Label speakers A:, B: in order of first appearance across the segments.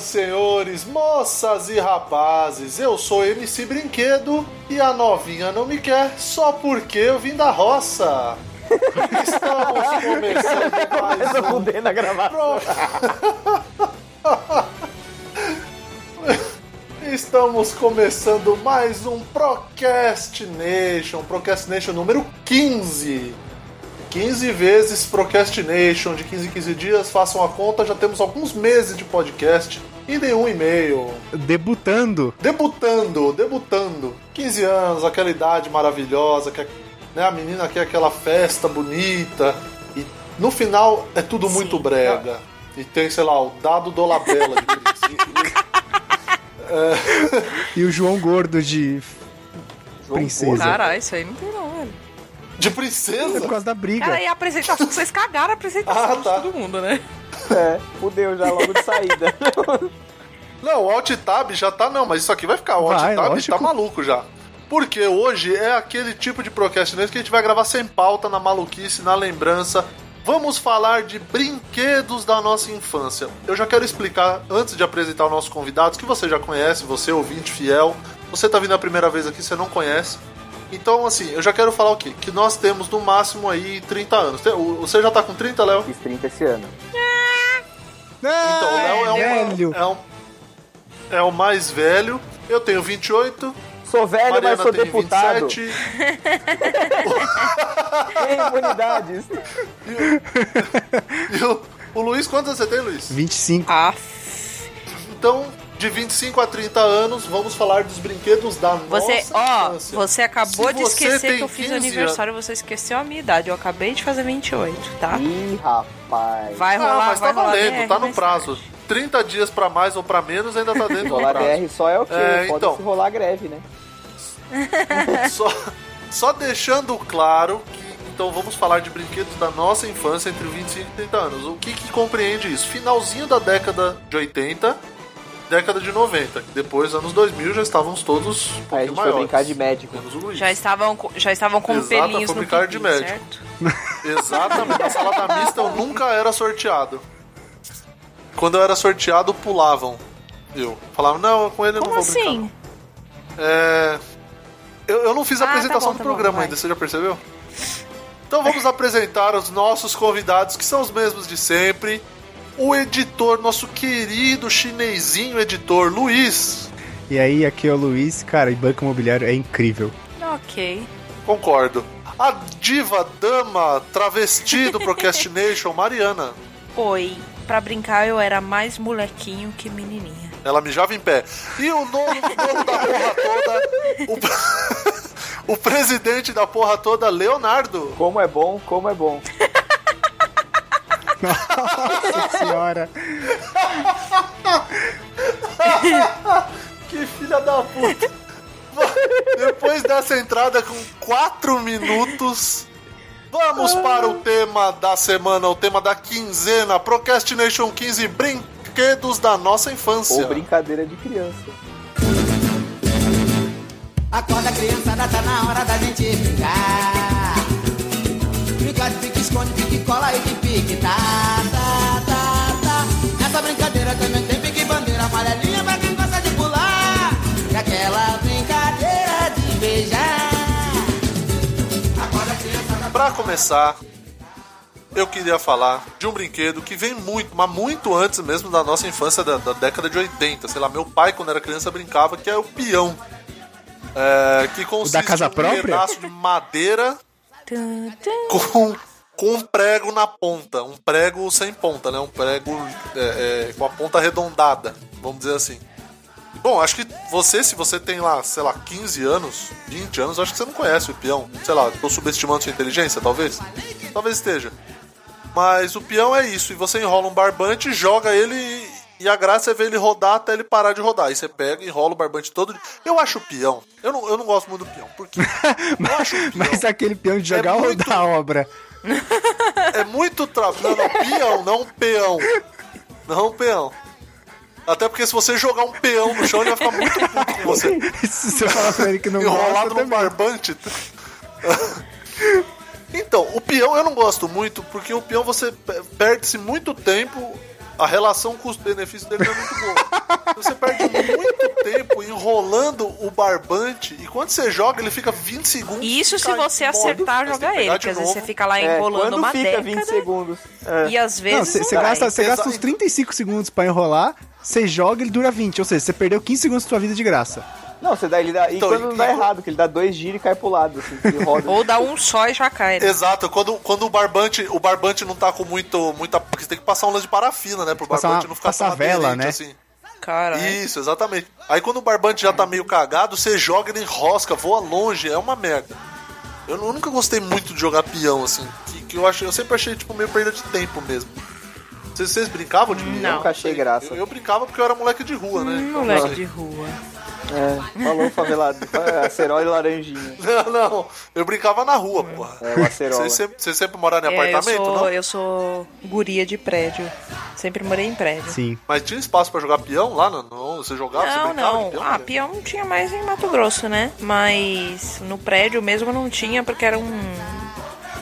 A: senhores, moças e rapazes, eu sou MC Brinquedo e a novinha não me quer só porque eu vim da roça. Estamos começando mais
B: Eu
A: um...
B: mudei na gravação.
A: Estamos começando mais um Procrastination, Procrastination número 15. 15 vezes Procrastination, de 15 em 15 dias, façam a conta, já temos alguns meses de podcast e nenhum e-mail.
C: Debutando.
A: Debutando, debutando. 15 anos, aquela idade maravilhosa, que a- né, a menina quer aquela festa bonita. E no final é tudo muito brega. E tem, sei lá, o dado Dolabella de princípio.
C: E o João Gordo de
A: é.
C: princesa.
D: Caralho, isso aí não tem não, velho.
A: De
C: É por
A: princesa?
C: causa da briga.
D: Cara, e a apresentação, vocês cagaram a apresentação
A: Ah, tá.
D: de todo mundo, né?
B: É, fudeu já logo de saída.
A: Não, o Alt Tab já tá não, mas isso aqui vai ficar. O Alt
C: Vai,
A: Tab
C: lógico.
A: tá maluco já. Porque hoje é aquele tipo de procrastination que a gente vai gravar sem pauta, na maluquice, na lembrança. Vamos falar de brinquedos da nossa infância. Eu já quero explicar, antes de apresentar o nosso convidado, que você já conhece, você ouvinte fiel. Você tá vindo a primeira vez aqui, você não conhece. Então, assim, eu já quero falar o quê? Que nós temos no máximo aí 30 anos. Tem- o- Você já tá com 30, Léo?
B: Fiz 30 esse ano.
A: Então, o Léo é, um,
C: velho.
A: é um- é o mais velho. Eu tenho 28,
B: Sou velho,
A: Mariana
B: mas sou
A: tem
B: é deputado.
A: 27.
B: Tenho imunidades.
A: E o, o Luiz, quantos anos você tem, Luiz?
C: 25.
D: Ah,
A: Então, de 25 a 30 anos, vamos falar dos brinquedos da
D: você,
A: nossa
D: ó,
A: infância.
D: você acabou
A: Se
D: de
A: você
D: esquecer
A: tem
D: que eu fiz
A: 15
D: aniversário, você esqueceu a minha idade. Eu acabei de fazer 28, tá?
B: Ih, rapaz.
D: Vai rolar, né?
A: Ah, mas
D: vai
A: tá
D: rolar
A: valendo,
D: BR
A: tá no
D: mais
A: prazo. 30 dias pra mais ou pra menos ainda tá dentro do
B: Rolar
A: prazo.
B: BR só é o quê?
A: É,
B: Pode
A: então.
B: se rolar greve, né?
A: Só, só deixando claro que então vamos falar de brinquedos da nossa infância entre 25 e 30 anos. O que, que compreende isso? Finalzinho da década de 80, década de 90. que Depois, anos 2000, já estávamos todos um
B: Aí
A: pouquinho
B: a gente foi
A: maiores.
B: brincar de médico.
A: Menos o Luiz.
D: Já estavam, co- já estavam com
A: Exato,
D: pelinhos no
A: fabricar de
D: pipi,
A: médico.
D: certo?
A: Exatamente. A salada mista eu nunca era sorteado. Quando eu era sorteado, pulavam. Eu falava, não, com ele eu não
D: Como
A: vou
D: assim?
A: brincar. É... Eu, eu não fiz a
D: Ah, tá
A: apresentação
D: bom,
A: do
D: tá
A: programa
D: bom, vai.
A: ainda, você já percebeu? Então vamos apresentar os nossos convidados, que são os mesmos de sempre. O editor, nosso querido chinesinho editor, Luiz.
C: E aí, aqui é o Luiz. Cara, e Banco Imobiliário é incrível.
D: Ok.
A: Concordo. A diva, dama, travesti do Procrastination, Mariana.
D: Oi. Pra brincar, eu era mais molequinho que menininha.
A: Ela mijava em pé. E o novo dono da porra toda, o, o presidente da porra toda, Leonardo.
B: Como é bom, como é bom.
C: Nossa senhora.
A: Que filha da puta. Depois dessa entrada com 4 minutos, vamos para o tema da semana, o tema da quinzena, Procrastination 15, brinquedos da nossa infância.
B: Ou brincadeira de criança.
E: Acorda criançada, tá na hora da gente brincar Brincar de pique, esconde, pique, cola e de pique Tá, tá, tá, tá Nessa brincadeira também tem pique bandeira Amarelinha pra quem gosta de pular E aquela brincadeira de beijar Acorda criançada
A: Pra começar, eu queria falar de um brinquedo que vem muito, mas muito antes mesmo da nossa infância, da, da década de 80. Sei lá, meu pai, quando era criança, brincava que é o peão. É, que consiste
C: casa
A: em um
C: própria?
A: pedaço de madeira
D: Tum, tum.
A: com, com um prego na ponta. Um prego sem ponta, né? Um prego é, é, com a ponta arredondada, vamos dizer assim. Bom, acho que você, se você tem lá, sei lá, 15 anos, 20 anos, acho que você não conhece o peão. Sei lá, tô subestimando sua inteligência, talvez? Talvez esteja. Mas o peão é isso, e você enrola um barbante, joga ele e- e a graça é ver ele rodar até ele parar de rodar. Aí você pega, enrola o barbante todo. de- Eu acho o peão. Eu não, eu não gosto muito do peão, porque. Eu acho o peão.
C: Mas aquele peão de jogar ou
A: muito-
C: da obra?
A: É muito trabalho. Não, não, peão, não peão. Não peão. Até porque se você jogar um peão no chão, ele vai ficar muito puto com você.
C: Se você falar pra ele que não gosta,
A: Enrolado no
C: também.
A: barbante. Então, o peão eu não gosto muito, porque o peão você pe- perde-se muito tempo A relação custo-benefício dele não é muito boa. Você perde muito tempo enrolando o barbante e quando você joga, ele fica 20 segundos.
F: E Isso se
A: cai
F: você
A: mole.
F: acertar
A: Aí você tem
F: jogar
A: que pegar
F: ele,
A: de
F: que às vezes
A: novo.
F: você fica lá
B: É,
F: Tá enrolando
B: quando
F: uma
B: fica
F: década
B: 20 segundos. É.
F: e às
C: Não,
F: vezes não,
C: você
F: vai.
C: gasta, cê gasta
A: Exa-
C: uns 35 segundos pra enrolar, você joga ele dura 20. Ou seja, você perdeu 15 segundos da sua vida de graça.
B: Não, você dá, ele dá.
A: Então,
B: e quando
A: e-
B: não dá errado, que ele dá dois giros e cai pro lado, assim, e roda.
F: Ou dá um só e já cai. né?
A: Exato, quando, quando o barbante o barbante não tá com muito, muita. Porque você tem que passar um lance de parafina, né? Pro
C: Passar
A: barbante
C: uma-
A: não ficar
C: passar
A: tão
C: vela,
A: aderente,
C: né?
A: assim.
F: Cara, é.
A: Isso, exatamente. Aí quando o barbante já tá meio cagado, você joga, ele enrosca, voa longe, é uma merda. Eu, nu- nunca gostei muito de jogar peão, assim. Que, que eu, achei, eu sempre achei, tipo, meio perda de tempo mesmo. Vocês, vocês brincavam de peão?
F: Não.
B: Nunca achei graça.
A: Eu, eu brincava porque eu era moleque de rua, né?
F: Hum,
A: Então,
F: moleque
A: assim,
F: de rua.
B: É, falou favelado. É, Acerola e laranjinha.
A: Não, não. Eu brincava na rua, porra.
B: É, o acerola.
A: Vocês sempre, vocês sempre moraram em
F: É, eu,
A: apartamento, não?
F: sou, eu sou guria de prédio. Sempre morei em prédio.
C: Sim.
A: Mas tinha espaço pra jogar peão lá? Não, não? Você jogava, você
F: Não,
A: brincava
F: não.
A: de peão?
F: Ah,
A: né?
F: peão tinha mais em Mato Grosso, né? Mas no prédio mesmo não tinha, porque era um,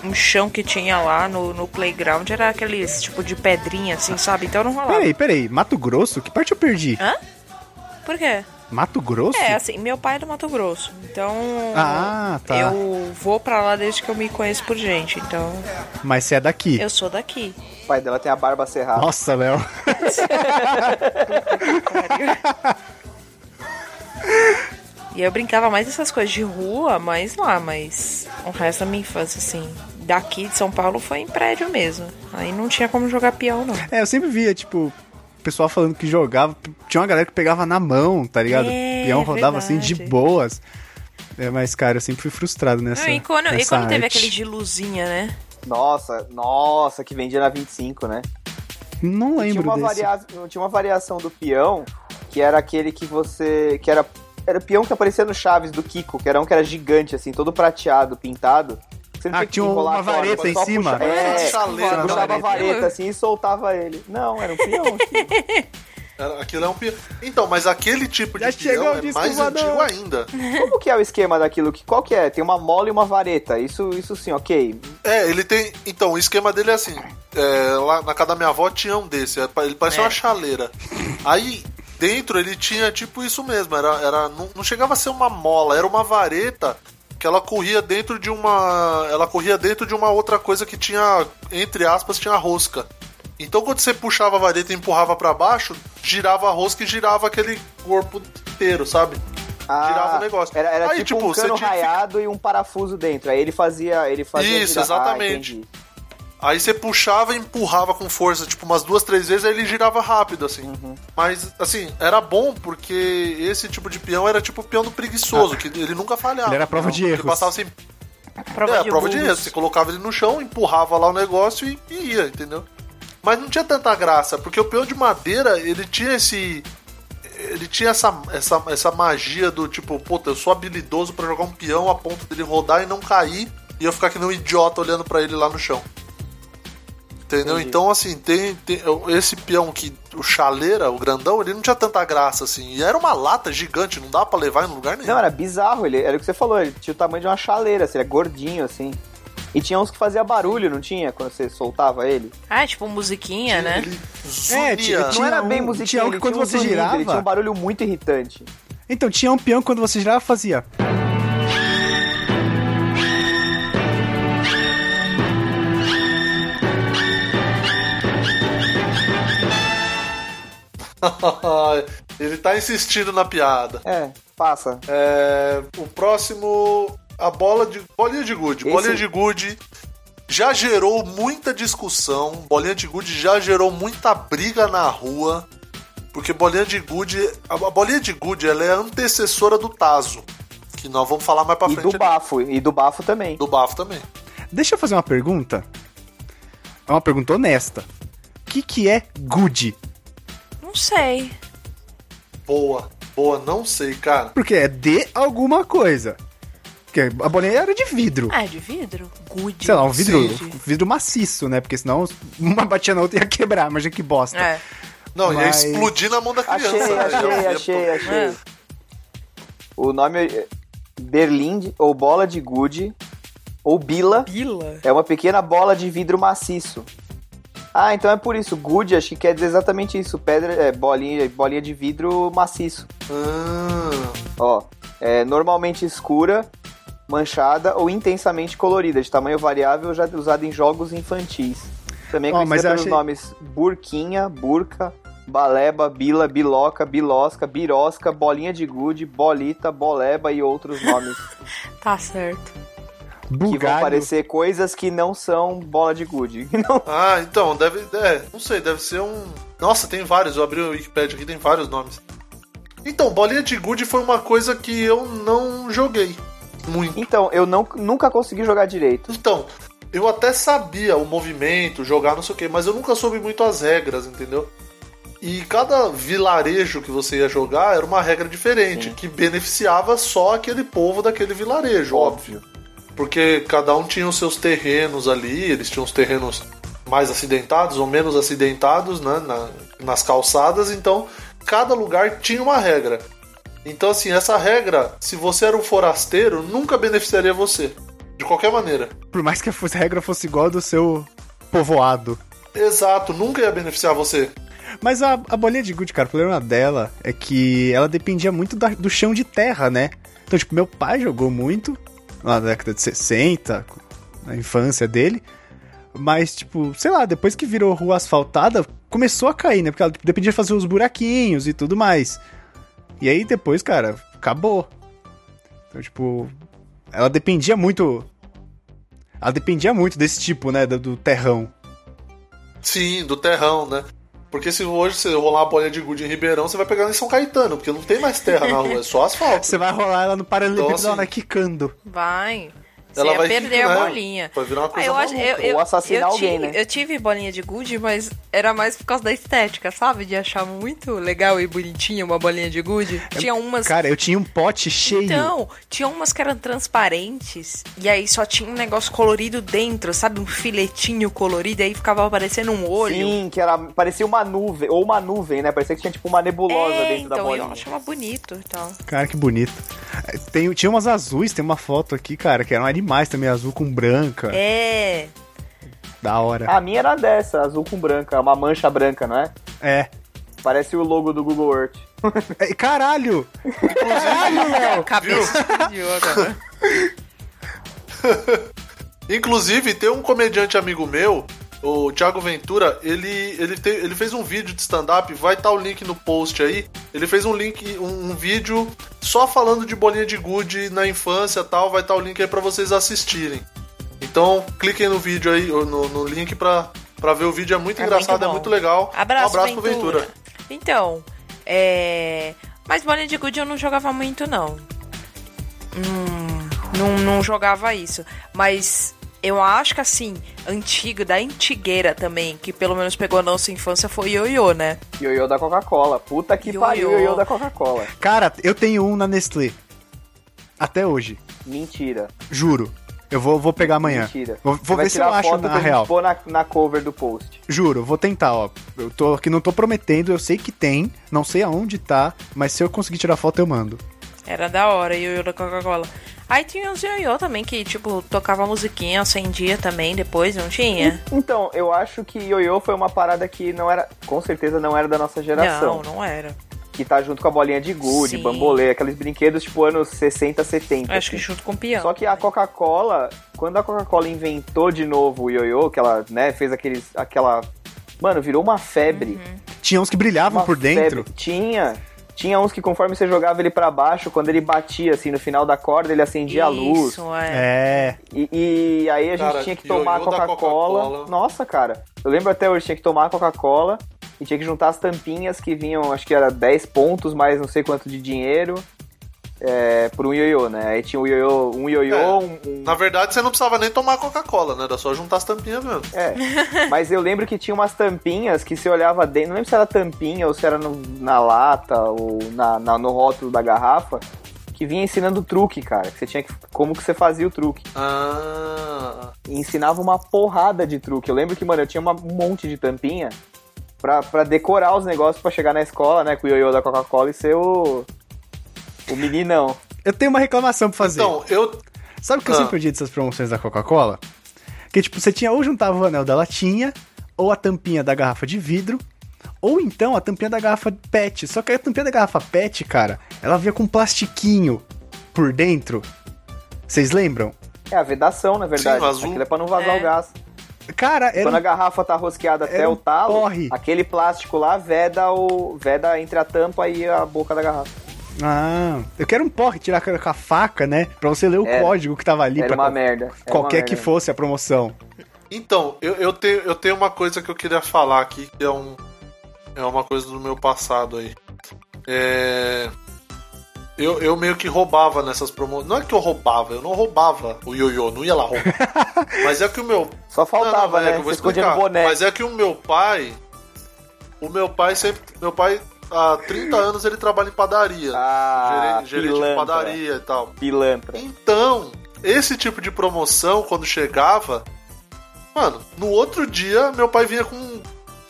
F: um chão que tinha lá no, no playground. Era aqueles tipo de pedrinha, assim, sabe? Então não rolava.
C: Peraí, peraí. Mato Grosso? Que parte eu perdi?
F: Hã? Por quê?
C: Mato Grosso?
F: É, assim, meu pai é do Mato Grosso. Então.
C: Ah, tá.
F: Eu vou pra lá desde que eu me conheço por gente. Então,
C: Mas você é daqui.
F: eu sou daqui.
B: O pai dela tem a barba cerrada.
C: Nossa, Léo.
F: E eu brincava mais dessas coisas de rua, mas lá, mas o resto da minha infância, assim, daqui de São Paulo foi em prédio mesmo. Aí não tinha como jogar peão, não.
C: É, eu sempre via, tipo, o pessoal falando que jogava. Tinha uma galera que pegava na mão, tá ligado?
F: É,
C: o peão rodava assim de
F: verdade.
C: boas. É, mas, cara, eu sempre fui frustrado nessa.
F: Não, e quando, e
C: nessa
F: quando teve
C: arte.
F: aquele de luzinha, né?
B: Nossa, nossa, que vendia na 25, né?
C: Não
B: tinha
C: lembro
B: uma
C: desse.
B: varia- tinha uma variação do peão que era aquele que você. que era. Era o peão que aparecia no Chaves do Kiko, que era um que era gigante, assim, todo prateado, pintado. Você
C: Ah,
B: tinha que
C: tinha
B: enrolar
C: uma
B: a corda,
C: vareta em
B: só
C: cima?
B: puxa-
A: Era
B: É,
A: um chaleiro,
B: você puxava a
C: não, vareta.
B: vareta assim e soltava ele. Não, era um peão. filho.
A: Era- Aquilo é um peão. Então, mas aquele tipo de
C: Já chegou
A: peão
C: o
A: é
C: disco
A: mais
C: voador.
A: antigo ainda.
B: Como que é o esquema daquilo? Que, qual que é? Tem uma mola e uma vareta. Isso, isso sim, ok.
A: É, ele tem. Então, o esquema dele é assim. é, lá na casa da minha avó tinha um desse. é, Ele parecia uma chaleira. Aí, dentro ele tinha tipo isso mesmo. Era, era, não, não chegava a ser uma mola, era uma vareta que ela corria dentro de uma. Ela corria dentro de uma outra coisa que tinha, entre aspas, tinha rosca. Então quando você puxava a vareta e empurrava pra baixo, girava a rosca e girava aquele corpo inteiro, sabe?
B: Ah,
A: Girava o negócio.
B: Era, era
A: Aí,
B: tipo,
A: tipo,
B: um
A: você
B: cano
A: tinha que ficar-
B: raiado e um parafuso dentro. Aí ele fazia. Ele fazia
A: Isso,
B: girar. Ah,
A: exatamente.
B: entendi.
A: Aí você puxava e empurrava com força, tipo, umas duas, três vezes, aí ele girava rápido, assim.
C: Uhum.
A: Mas, assim, era bom porque esse tipo de peão era tipo o peão do preguiçoso, que ele nunca falhava.
C: Ah. Ele era a prova
A: Não,
C: de
A: Ele
C: erros.
A: passava assim,
F: Prova
A: é,
F: de
A: prova de
F: burros.
A: erros. Você colocava ele no chão, empurrava lá o negócio e, e ia, entendeu? Mas não tinha tanta graça, porque o peão de madeira, ele tinha esse. Ele tinha essa, essa, essa magia do tipo, puta, eu sou habilidoso pra jogar um peão a ponto dele rodar e não cair e eu ficar que nem um idiota olhando pra ele lá no chão. Entendeu? Então, assim, tem, tem- esse peão que. O chaleira, o grandão, ele não tinha tanta graça assim. E era uma lata gigante, não dava pra levar em lugar nenhum.
B: Não, era bizarro, ele era o que você falou, ele tinha o tamanho de uma chaleira, assim, ele é gordinho assim. E tinha uns que fazia barulho, não tinha? Quando você soltava ele.
F: Ah, tipo musiquinha, né?
A: Ele
C: É,
A: zunia.
C: ti- tinha-
B: não era
C: um-
B: bem
C: tinha
B: musiquinha,
C: um que
B: ele
C: quando
B: um
C: você
B: zunido,
C: girava-
B: Ele tinha um barulho muito irritante.
C: Então, tinha um peão que quando você girava, fazia.
A: Ele tá insistindo na piada.
B: É, passa.
A: É, o próximo. A bola de. Bolinha de gude.
B: Esse-
A: Bolinha de gude já gerou muita discussão. Bolinha de gude já gerou muita briga na rua. Porque bolinha de gude. A a bolinha de gude ela é a antecessora do Tazo. Que nós vamos falar mais pra
B: E
A: frente. é
B: do bafo, e do bafo também.
A: do bafo também.
C: Deixa eu fazer uma pergunta. É uma pergunta honesta. O que, que é good?
F: Não sei.
A: Boa. Boa, não sei, cara.
C: Porque é de alguma coisa. Porque a bolinha era de vidro.
F: Ah, é de vidro? Good.
C: Sei lá, um vidro,
F: Good.
C: vidro maciço, né? Porque senão uma batia na outra e ia quebrar, mas que bosta.
F: É.
A: Não, ia
C: Mas-
A: explodir na mão da criança.
B: Achei,
A: né? Já
B: achei,
A: ia-
B: achei, achei.
F: É.
B: O nome é Berlinde ou bola de gude ou bila
F: Bila?
B: é uma pequena bola de vidro maciço. Ah, então é por isso. Good, acho que quer dizer exatamente isso. Pedra, é, bolinha, bolinha de vidro maciço.
A: Ah,
B: Ó, é normalmente escura, manchada ou intensamente colorida, de tamanho variável, já usada em jogos infantis. Também é
C: Ó, mas
B: conhecida
C: eu
B: pelos
C: achei-
B: nomes burquinha, burca, baleba, bila, biloca, bilosca, birosca, bolinha de gude, bolita, boleba e outros nomes
D: Tá certo.
B: que
C: Um
B: vão
C: Bugalho.
B: parecer coisas que não são bola de gude. Não.
A: ah, então, deve. É, não sei, deve ser um. Nossa, tem vários. Eu abri o Wikipedia aqui, tem vários nomes. Então, bolinha de gude foi uma coisa que eu não joguei muito.
B: Então, eu não, nunca consegui jogar direito.
A: Então, eu até sabia o movimento, jogar, não sei o que, mas eu nunca soube muito as regras, entendeu? E cada vilarejo que você ia jogar era uma regra diferente, que beneficiava só aquele povo daquele vilarejo, óbvio. Porque cada um tinha os seus terrenos ali, eles tinham os terrenos mais acidentados ou menos acidentados né, na- nas calçadas, então cada lugar tinha uma regra. Então, assim, essa regra, se você era um forasteiro, nunca beneficiaria você. De qualquer maneira.
C: Por mais que a fosse- a regra fosse igual a do seu povoado.
A: Exato, nunca ia beneficiar você.
C: Mas a, a bolinha de gude, cara, o problema dela é que ela dependia muito da- do chão de terra, né? Então, tipo, meu pai jogou muito lá na década de 60, na infância dele. Mas, tipo, sei lá, depois que virou rua asfaltada, começou a cair, né? Porque ela tipo, dependia de fazer os buraquinhos e tudo mais. E aí depois, cara, acabou. Então, tipo, ela dependia muito. Ela dependia muito desse tipo, né? Do, do terrão.
A: Sim, do terrão, né? Porque se hoje você rolar a bolinha de gude em Ribeirão, você vai pegar ela em São Caetano, porque não tem mais terra na rua, é só asfalto.
C: Você vai rolar ela no paralelepípedo,
A: Nossa,
C: ela
A: hein?
C: vai quicando.
D: Vai. Você
A: Ela
D: ia
A: vai
D: perder a
A: né?
D: bolinha.
A: Vai virar uma
D: Ah,
A: coisa
D: eu acho,
A: maluca.
D: eu, eu,
B: Ou assassinar
D: eu
B: alguém,
D: tive,
B: né?
D: Eu tive bolinha de gude, mas era mais por causa da estética, sabe? De achar muito legal e bonitinha uma bolinha de gude.
B: É
D: Tinha umas.
C: Cara, eu tinha um pote cheio.
D: Então, tinha umas que eram transparentes e aí só tinha um negócio colorido dentro, sabe? Um filetinho colorido, aí ficava aparecendo um olho.
B: Sim, que era, parecia uma nuvem, ou uma nuvem, né? Parecia que tinha tipo uma nebulosa
D: é,
B: dentro da
D: então, eu
B: bolinha.
D: achava bonito e tal.
C: Cara, que bonito. Tem, tinha umas azuis, tem uma foto aqui, cara, que eram animais também, azul com branca.
D: É.
C: Da hora.
B: A minha era dessa, azul com branca, uma mancha branca, não é?
C: É.
B: Parece o logo do Google Earth.
C: É, Caralho!
D: Cabeça né? explodiu agora.
A: Inclusive, tem um comediante amigo meu, o Thiago Ventura, ele, ele, te- ele fez um vídeo de stand-up, vai estar o link no post aí. Ele fez um link, um, um vídeo só falando de bolinha de gude na infância e tal, vai estar o link aí pra vocês assistirem. Então, cliquem no vídeo aí, ou no, no link pra, pra ver o vídeo, é muito
D: É
A: engraçado,
D: muito
A: é
D: bom.
A: muito legal.
D: Abraço,
A: um abraço pro
D: Ventura.
A: Ventura.
D: Então, é. Mas bolinha de gude eu não jogava muito, não. Hum, não, não jogava isso. Mas eu acho que assim, antigo, da antigueira também, que pelo menos pegou a nossa infância, foi ioiô, né?
B: Ioiô da Coca-Cola. Puta que
D: Ioiô.
B: pariu, ioiô da Coca-Cola.
C: Cara, eu tenho um na Nestlé. Até hoje.
B: Mentira.
C: Juro. Eu vou, vou pegar amanhã.
B: Mentira.
C: Vou,
B: Você
C: vou
B: vai
C: ver se
B: tirar
C: eu
B: a
C: acho
B: foto pra
C: na
B: gente
C: real.
B: pôr na, na cover do post.
C: Juro, vou tentar, ó. Eu tô aqui, não tô prometendo, eu sei que tem, não sei aonde tá, mas se eu conseguir tirar foto, eu mando.
D: Era da hora, ioiô da Coca-Cola. Aí tinha os ioiô também, que tipo, tocava musiquinha, acendia também depois, não tinha?
B: Então, eu acho que ioiô foi uma parada que não era, com certeza não era da nossa geração.
D: Não, não era.
B: Que tá junto com a bolinha de gude,
D: Sim.
B: bambolê, aqueles brinquedos tipo anos 60, 70.
D: Acho que
B: assim.
D: junto com o peão.
B: Só que a Coca-Cola, quando a Coca-Cola inventou de novo o ioiô, que ela, né, fez aqueles, aquela... Mano, virou uma febre.
D: Uhum.
C: Tinha uns que brilhavam
B: uma
C: por dentro.
B: febre. Tinha. Tinha uns que conforme você jogava ele pra baixo, quando ele batia, assim, no final da corda, ele acendia a luz.
D: Isso, é.
C: É.
B: E, e aí a gente
A: Cara,
B: tinha que
A: ioiô
B: tomar
A: da
B: Coca-Cola.
A: Coca-Cola.
B: Nossa, cara. Eu lembro até hoje, tinha que tomar Coca-Cola e tinha que juntar as tampinhas que vinham, acho que era 10 pontos, mais não sei quanto de dinheiro. É, por um ioiô, né? Aí tinha um ioiô, um ioiô,
A: É.
B: um, um-
A: Na verdade, você não precisava nem tomar Coca-Cola, né? Era só juntar as tampinhas mesmo.
B: É, mas eu lembro que tinha umas tampinhas que se olhava dentro, não lembro se era tampinha ou se era no- na lata ou na, na- no rótulo da garrafa, que vinha ensinando truque, cara. Que você tinha que, como que você fazia o truque.
A: Ah.
B: E ensinava uma porrada de truque. Eu lembro que, mano, eu tinha uma- um monte de tampinha pra, pra decorar os negócios pra chegar na escola, né, com o ioiô da Coca-Cola e ser o. O meninão.
C: Eu tenho uma reclamação pra fazer.
A: Então, eu.
C: Sabe o que eu
A: Ah.
C: sempre odiei dessas promoções da Coca-Cola? Que, tipo, você tinha ou juntava o anel da latinha, ou a tampinha da garrafa de vidro, ou então a tampinha da garrafa PET. Só que a tampinha da garrafa PET, cara, ela vinha com um plastiquinho por dentro. Vocês lembram?
B: É a vedação, na verdade.
A: Sim, o azul.
B: Aquilo é pra não vazar
D: É.
B: o gás.
C: Cara, era um
B: Quando a garrafa tá rosqueada até
C: era
B: o
C: um
B: talo,
C: porre.
B: aquele plástico lá veda o veda entre a tampa e a boca da garrafa.
C: Ah, eu quero um porre, tirar com a com a faca, né? Pra você ler o
B: Era.
C: código que tava ali.
B: Era
C: pra
B: uma
C: qual-
B: merda. Era
C: Qualquer
B: uma
C: que
B: merda.
C: fosse a promoção.
A: Então, eu, eu, tenho, eu tenho uma coisa que eu queria falar aqui, que é, um, é uma coisa do meu passado aí. É, Eu, eu meio que roubava nessas promoções. Não é que eu roubava, eu não roubava o ioiô, não ia lá roubar. Mas é que o meu.
B: Só faltava,
A: Não, não, é
B: né?
A: que eu vou
B: Você escondia
A: explicar.
B: no boné.
A: Mas é que o meu pai. O meu pai sempre. Meu pai, há 30 anos, ele trabalha em padaria.
B: Ah,
A: gerente gerente de
B: pilantra.
A: padaria e tal.
B: Pilantra.
A: Então, esse tipo de promoção, quando chegava, mano, no outro dia meu pai vinha com.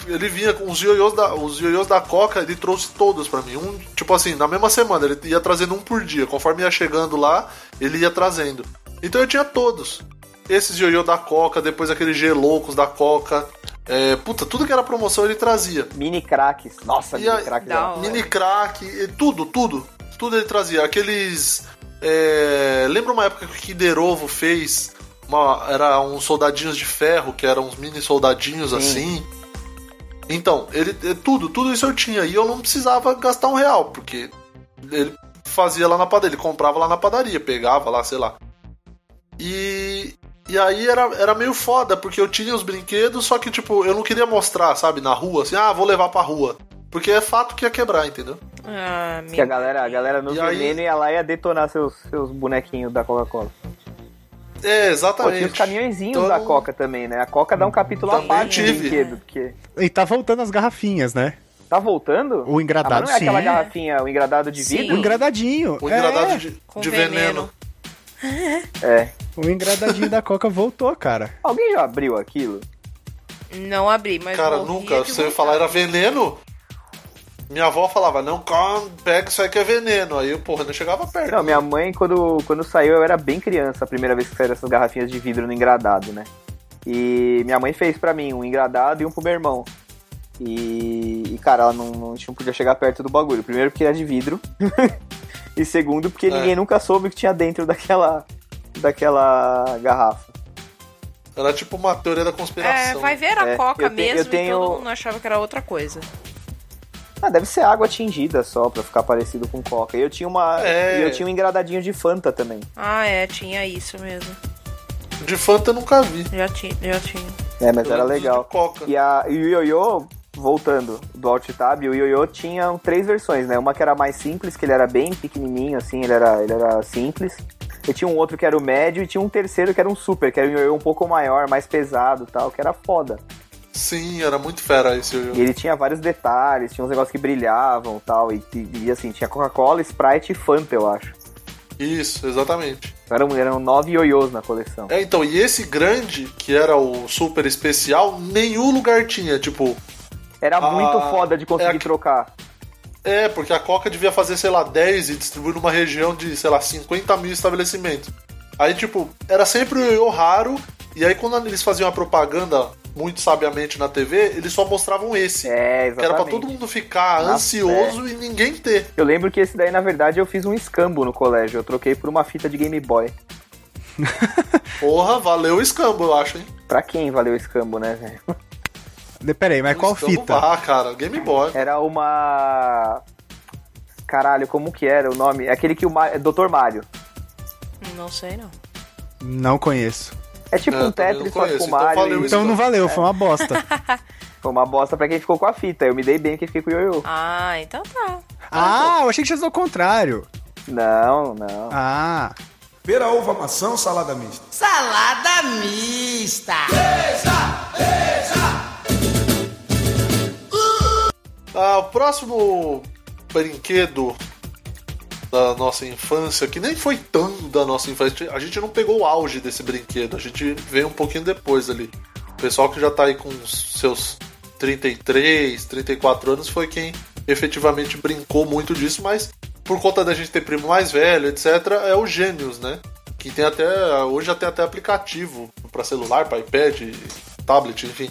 A: Ele vinha com os ioiôs da, os ioiôs da Coca, ele trouxe todos pra mim. Um, tipo assim, na mesma semana, ele ia trazendo um por dia. Conforme ia chegando lá, ele ia trazendo. Então eu tinha todos. Esses ioiô da Coca, depois aqueles geloucos da Coca. É, puta, tudo que era promoção ele trazia.
B: Mini craques. Nossa,
A: E
B: mini
A: a-
B: craques.
D: da
B: era-
D: hora.
A: Mini crack, e tudo, tudo. Tudo ele trazia. Aqueles. é, lembra uma época que o Kinder Ovo fez? Uma, era uns soldadinhos de ferro, que eram uns mini soldadinhos
B: Sim.
A: assim. Então, ele. é, Tudo, tudo isso eu tinha. E eu não precisava gastar um real, porque ele fazia lá na padaria, ele comprava lá na padaria, pegava lá, sei lá. E. E aí era, era meio foda, porque eu tinha os brinquedos, só que, tipo, eu não queria mostrar, sabe, na rua, assim, ah, vou levar pra rua. Porque é fato que ia quebrar, entendeu?
D: Ah,
B: Que a
D: amigo.
B: galera, a galera no
A: E aí-
B: veneno ia lá e ia detonar seus, seus bonequinhos da Coca-Cola.
A: É,
B: Pô,
A: exatamente.
B: tinha os caminhõezinhos
A: Todo-
B: da Coca também, né? A Coca dá um capítulo à
A: Também
B: parte de
A: tive.
B: brinquedo, porque...
C: E tá voltando as garrafinhas, né?
B: Tá voltando?
C: O
B: Ah, mas
C: engradado,
B: não é
C: sim.
B: aquela garrafinha, o engradado de
D: Sim.
C: O
B: vidro?
C: engradadinho.
A: O
C: é,
A: engradado de,
D: Com
A: de
D: veneno.
A: veneno.
B: É.
C: O engradadinho da Coca voltou, cara.
B: Alguém já abriu aquilo?
D: Não abri, mas.
A: Cara,
D: morria
A: nunca.
D: de
A: Você ia
D: vontade.
A: falar era veneno? Minha avó falava, não, come, pega isso aí que é veneno. Aí eu, porra, não chegava perto.
B: Não, minha mãe, quando, quando saiu, eu era bem criança, a primeira vez que saíram essas garrafinhas de vidro no engradado, né? E minha mãe fez pra mim um engradado e um pro meu irmão. E, e, cara, ela não, não- a gente não podia chegar perto do bagulho. Primeiro porque era de vidro. e segundo porque
A: É.
B: ninguém nunca soube o que tinha dentro daquela, daquela garrafa.
A: Era tipo uma teoria da conspiração.
D: É, vai ver era
B: É,
D: coca
B: eu te- eu
D: mesmo
B: tenho-
D: e todo mundo achava que era outra coisa.
B: Ah, deve ser água tingida só, pra ficar parecido com coca. E eu tinha uma.
A: É.
B: E eu tinha um engradadinho de Fanta também.
D: Ah, é, tinha isso mesmo.
A: De Fanta eu nunca vi.
D: Já tinha, já tinha.
B: É, mas
A: Eu
B: era
A: lembro de
B: legal.
A: Coca.
B: E, a, e o Yoyo, voltando do Alt Tab, o Yoyo tinha três versões, né? Uma que era mais simples, que ele era bem pequenininho, assim, ele era, ele era simples. E tinha um outro que era o médio, e tinha um terceiro que era um super, que era um Yoyo um pouco maior, mais pesado e tal, que era foda.
A: Sim, era muito fera esse
B: E
A: jogo.
B: ele tinha vários detalhes, tinha uns negócios que brilhavam e tal, e, e, e, assim, tinha Coca-Cola, Sprite e Fanta, eu acho.
A: Isso, exatamente.
B: Então, eram, eram nove Yoyos na coleção.
A: É, então, e esse grande, que era o super especial, nenhum lugar tinha. Tipo,
B: Era
A: Ah,
B: muito foda de conseguir
A: é a-
B: trocar.
A: é, porque a Coca devia fazer, sei lá, 10 e distribuir numa região de, sei lá, 50 mil estabelecimentos. Aí, tipo, era sempre o ioiô raro, e aí quando eles faziam a propaganda muito sabiamente na TV, eles só mostravam esse.
B: É, exatamente. é.
A: que era pra todo mundo ficar
B: Na
A: ansioso e ninguém ter.
B: Eu lembro que esse daí, na verdade, eu fiz um escambo no colégio. Eu troquei por uma fita de Game Boy.
A: Porra, valeu o escambo, eu acho, hein?
B: Pra quem valeu o escambo, né, velho?
C: De- Peraí, mas
A: O
C: qual
A: escambo,
C: É fita?
A: Ah, cara, Game Boy.
B: Era uma. Caralho, como que era o nome? Aquele que o Ma... é Dr. Mario.
D: Não sei não.
C: Não conheço.
B: É tipo
A: É, eu
B: um
A: também
B: Tetris,
A: não
B: só que
A: conheço,
B: com
A: então valeu
B: Mario. e-
A: isso.
C: Então não valeu, foi uma bosta.
B: Foi uma bosta pra quem ficou com a fita. Eu me dei bem que fiquei com o Yoyo.
D: Ah, então tá.
C: Ah, eu achei que tinha sido ao contrário.
B: Não, não.
C: Ah,
G: Pera, uva, maçã ou salada mista?
E: Salada mista.
A: Ah, o próximo brinquedo da nossa infância, que nem foi tão da nossa infância, a gente não pegou o auge desse brinquedo, a gente veio um pouquinho depois ali. O pessoal que já tá aí com os seus 33, 34 anos foi quem efetivamente brincou muito disso, mas por conta da gente ter primo mais velho, etc, é o Gênios, né? Que tem até hoje já tem até aplicativo para celular, para iPad, tablet, enfim.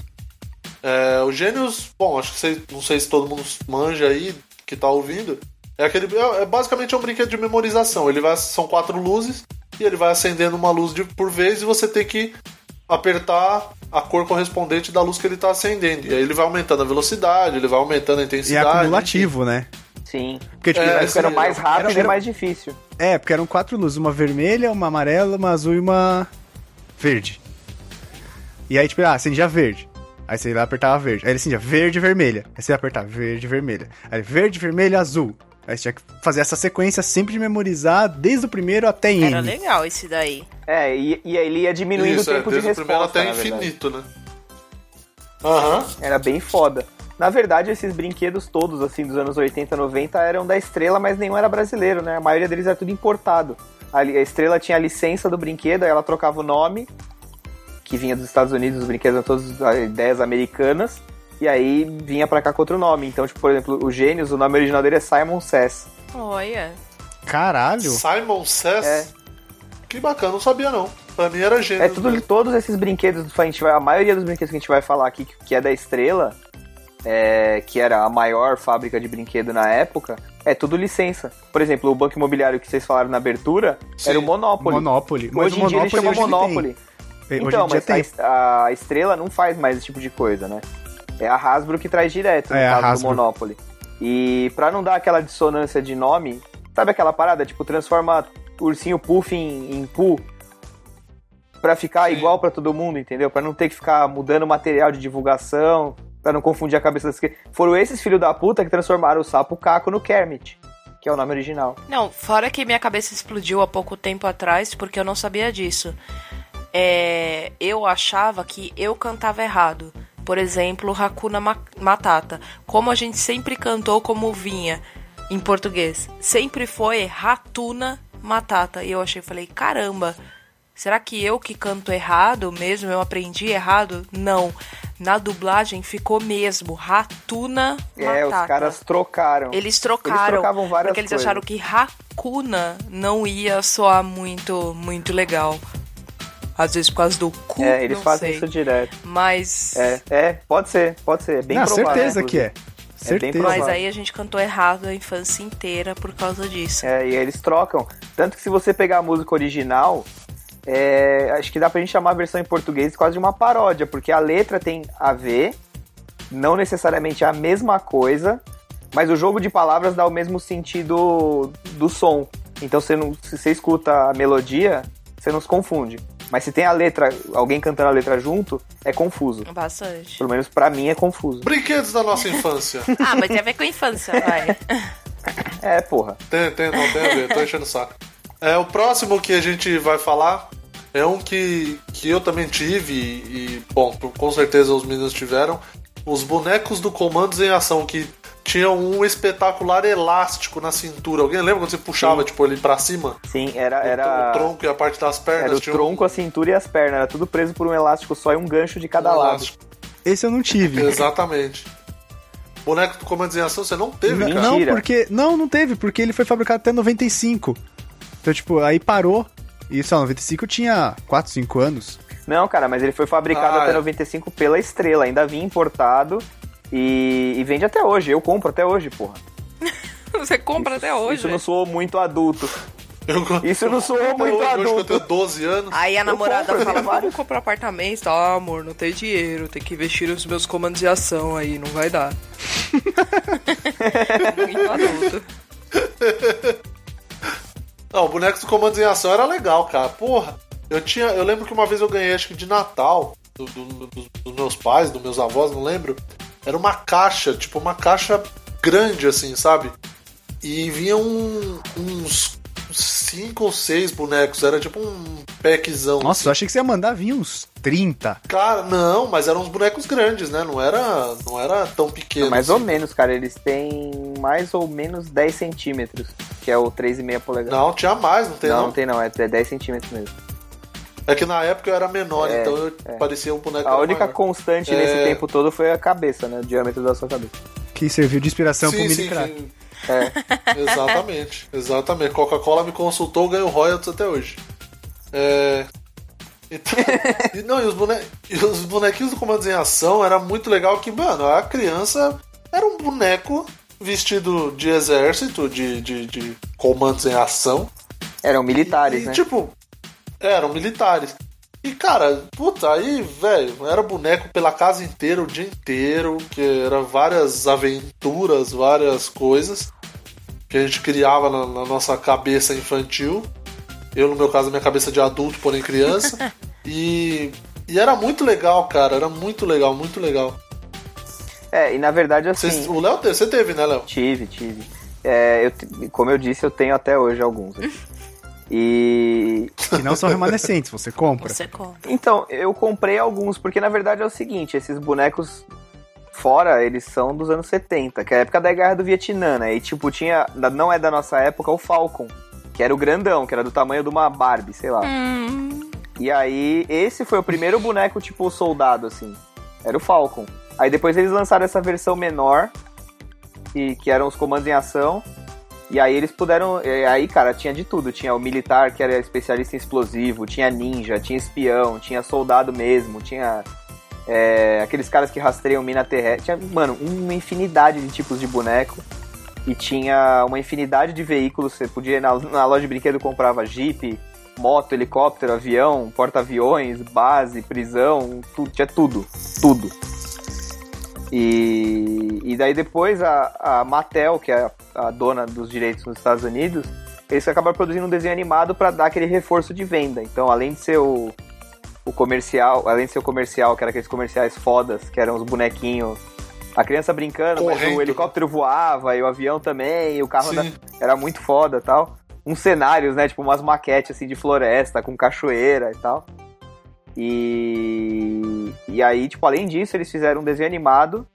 A: É, o Gênios, bom, acho que vocês, não sei se todo mundo manja aí que tá ouvindo. É aquele. É, é basicamente é um brinquedo de memorização. Ele vai. São quatro luzes e ele vai acendendo uma luz de, por vez e você tem que apertar a cor correspondente da luz que ele tá acendendo. E aí ele vai aumentando a velocidade, ele vai aumentando a
C: E é
A: intensidade.
C: acumulativo, né?
B: Sim.
C: Porque, tipo,
A: É,
C: era-
B: Mas era
A: sim,
B: mais
A: era-
B: rápido
C: era-
B: e mais difícil.
C: é, porque eram quatro luzes, uma vermelha, uma amarela, uma azul e uma verde. E aí, tipo, ah, acendia verde. Aí você ia lá apertava verde. Aí ele acendia verde e vermelha. Aí você ia apertar verde e vermelha. Aí verde, vermelho, azul. Aí você tinha que fazer essa sequência sempre de memorizar desde o primeiro até N.
F: Era legal esse daí.
B: É, e, e aí ele ia diminuindo
A: Isso,
B: o
A: é,
B: tempo de
A: desde o primeiro
B: resposta.
A: até
B: na verdade.
A: infinito, né? Aham.
B: Era bem foda. Na verdade, esses brinquedos todos, assim, dos anos 80, 90, eram da Estrela, mas nenhum era brasileiro, né? A maioria deles era tudo importado. A, li- a Estrela tinha a licença do brinquedo, aí ela trocava o nome, que vinha dos Estados Unidos, os brinquedos eram todas ideias americanas, e aí vinha pra cá com outro nome. Então, tipo, por exemplo, o Gênios, o nome original dele é Simon Says.
F: Olha.
C: Caralho!
A: Simon Says?
B: É.
A: Que bacana, não sabia não. Pra mim era gênio.
B: É tudo, todos esses brinquedos, a, gente vai, a maioria dos brinquedos que a gente vai falar aqui, que- que é da Estrela, é, que era a maior fábrica de brinquedo na época, é tudo licença. Por exemplo, o Banco Imobiliário que vocês falaram na abertura
A: Sim,
B: era o Monopoly.
C: Monopoly. Mas
B: Hoje
C: o
B: em dia ele
C: Monopoly
B: chama
C: hoje ele
B: Monopoly.
C: tem. É, Hoje
B: Então,
C: em
B: mas
C: dia
B: a,
C: tem.
B: es- a Estrela não faz mais esse tipo de coisa, né? É a Hasbro que traz direto, no
C: É, a
B: caso
C: Hasbro.
B: do Monopoly. E pra não dar aquela dissonância de nome, sabe aquela parada? Tipo, transforma ursinho puff em, em pu pra ficar igual pra todo mundo, entendeu? Pra não ter que ficar mudando material de divulgação, pra não confundir a cabeça das crianças. Foram esses filhos da puta que transformaram o sapo caco no Kermit, que é o nome original.
F: Não, fora que minha cabeça explodiu há pouco tempo atrás, porque eu não sabia disso. É, eu achava que eu cantava errado. Por exemplo, Hakuna Ma- Matata. Como a gente sempre cantou como vinha em português. Sempre foi Ratuna Matata. E eu achei, falei, caramba, será que eu que canto errado mesmo? Eu aprendi errado? Não. Na dublagem ficou mesmo Ratuna Matata.
B: É, os caras trocaram.
F: Eles trocaram.
B: Então, Eles trocavam várias
F: porque eles
B: coisas.
F: acharam que Hakuna não ia soar muito, muito legal. Às vezes por causa do cu,
B: É, eles
F: não
B: fazem
F: sei.
B: isso direto.
F: Mas,
B: É, é, pode ser, pode ser. É bem
C: Não,
B: provável.
C: certeza que é.
B: É bem
C: Certeza.
F: mas
B: provável.
F: aí a gente cantou errado a infância inteira por causa disso.
B: É, e aí eles trocam. Tanto que se você pegar a música original, é, acho que dá pra gente chamar a versão em português quase de uma paródia, porque a letra tem a ver, não necessariamente é a mesma coisa, mas o jogo de palavras dá o mesmo sentido do som. Então você não, se você escuta a melodia, você não se confunde. Mas se tem a letra, alguém cantando a letra junto, é confuso.
F: Bastante.
B: Pelo menos pra mim é confuso.
A: Brinquedos da nossa infância.
F: Ah, mas tem a ver com a infância, vai.
B: É, porra.
A: tem, tem, não tem a ver, tô enchendo o saco. É, o próximo que a gente vai falar é um que, que eu também tive e, e, bom, com certeza os meninos tiveram. Os bonecos do Comandos em Ação, que tinham um espetacular elástico na cintura. Alguém lembra quando você puxava, tipo, ele pra cima?
B: Sim, era.
A: O
B: era...
A: tronco e a parte das pernas.
B: Era o
A: tinha um-
B: tronco, a cintura e as pernas. Era tudo preso por um elástico só e um gancho de cada
A: um
B: lado.
A: elástico.
C: Esse eu não tive.
A: Exatamente. Boneco do Comandos em Ação, você não teve, né? cara.
C: Não,
B: Mentira.
C: porque. Não, não teve, porque ele foi fabricado até 95. Então, tipo, aí parou. E só, 95 eu tinha 4, 5 anos.
B: Não, cara, mas ele foi fabricado
A: Ah,
B: até
A: é.
B: 95 pela Estrela. Ainda vinha importado e, e vende até hoje. Eu compro até hoje, porra.
F: Você compra até hoje.
B: Isso não soou muito adulto.
A: Eu-
B: Isso não soou
A: Eu,
B: muito
A: hoje que eu
B: adulto.
A: tenho 12 anos.
F: Aí a namorada
B: compro,
F: fala,
B: tem vários.
F: vamos comprar apartamento. Ah, amor, não tem dinheiro, tem que investir nos meus comandos de ação aí, não vai dar. Muito adulto.
A: Não, o boneco do comandos em ação era legal, cara. Porra, eu tinha. Eu lembro que uma vez eu ganhei, acho que de Natal, do- do- do- dos meus pais, dos meus avós, não lembro. Era uma caixa, tipo, uma caixa grande, assim, sabe? E vinha um- uns cinco ou seis bonecos. Era tipo um packzão.
C: Nossa, eu achei que você ia mandar vir uns 30.
A: Cara, não, mas eram uns bonecos grandes, né? Não era, não era tão pequeno.
B: É Mais
A: assim.
B: ou menos, cara. Eles têm mais ou menos 10 centímetros, que é o 3,5 polegadas.
A: Não, tinha mais, não tem
B: não,
A: não.
B: não tem não. É é 10 centímetros mesmo.
A: É que na época eu era menor,
B: É,
A: então eu parecia um boneco
B: A
A: era
B: única
A: maior.
B: constante
A: É.
B: nesse tempo todo foi a cabeça, né? O diâmetro da sua cabeça.
C: Que serviu de inspiração pro
A: Sim,
C: Mini
A: sim,
C: Crack.
A: sim. Exatamente, exatamente. Coca-Cola me consultou, ganho royalties até hoje. É, Então, e, não, e os, bone- e os bonequinhos do Comandos em Ação era muito legal que, mano, a criança era um boneco vestido de exército, de, de, de comandos em ação.
B: Eram militares,
A: e,
B: né?
A: tipo, eram militares. E, cara, puta, aí, velho, era boneco pela casa inteira, o dia inteiro, que era várias aventuras, várias coisas que a gente criava na, na nossa cabeça infantil. Eu, no meu caso, minha cabeça de adulto, porém criança. e, e era muito legal, cara, era muito legal, muito legal.
B: É, e na verdade assim.
A: Cês- o Léo, teve- você teve, né, Léo?
B: Tive, tive. É, eu te- como eu disse, eu tenho até hoje alguns. aqui. E.
C: Que não são remanescentes, você compra.
D: Você compra.
B: Então, eu comprei alguns, porque na verdade é o seguinte: esses bonecos fora, eles são dos anos 70, que é a época da guerra do Vietnã, né? E tipo, tinha. da- Não é da nossa época o Falcon, que era o grandão, que era do tamanho de uma Barbie, sei lá.
D: Hum,
B: E aí, esse foi o primeiro boneco, tipo, soldado, assim. Era o Falcon. Aí depois eles lançaram essa versão menor, que, que eram os comandos em ação. E aí eles puderam. e Aí, cara, tinha de tudo. Tinha o militar, que era especialista em explosivo, tinha ninja, tinha espião, tinha soldado mesmo, tinha. é, aqueles caras que rastreiam mina terrestre. Tinha, mano, uma infinidade de tipos de boneco. E tinha uma infinidade de veículos. Você podia ir na, na loja de brinquedo comprava Jeep, moto, helicóptero, avião, porta-aviões, base, prisão, tudo, tinha tudo, tudo. E, e daí depois a, a Mattel, que é a, a dona dos direitos nos Estados Unidos, eles acabaram produzindo um desenho animado para dar aquele reforço de venda. Então, além de ser o, o comercial, além de ser o comercial, que era aqueles comerciais fodas, que eram os bonequinhos, a criança brincando, mas
A: Correndo.
B: o helicóptero voava, e o avião também, e o carro andava
A: Sim.
B: era muito foda e tal. Uns cenários, né? Tipo, umas maquetes assim de floresta, com cachoeira e tal. E. E aí, tipo, além disso, eles fizeram um desenho animado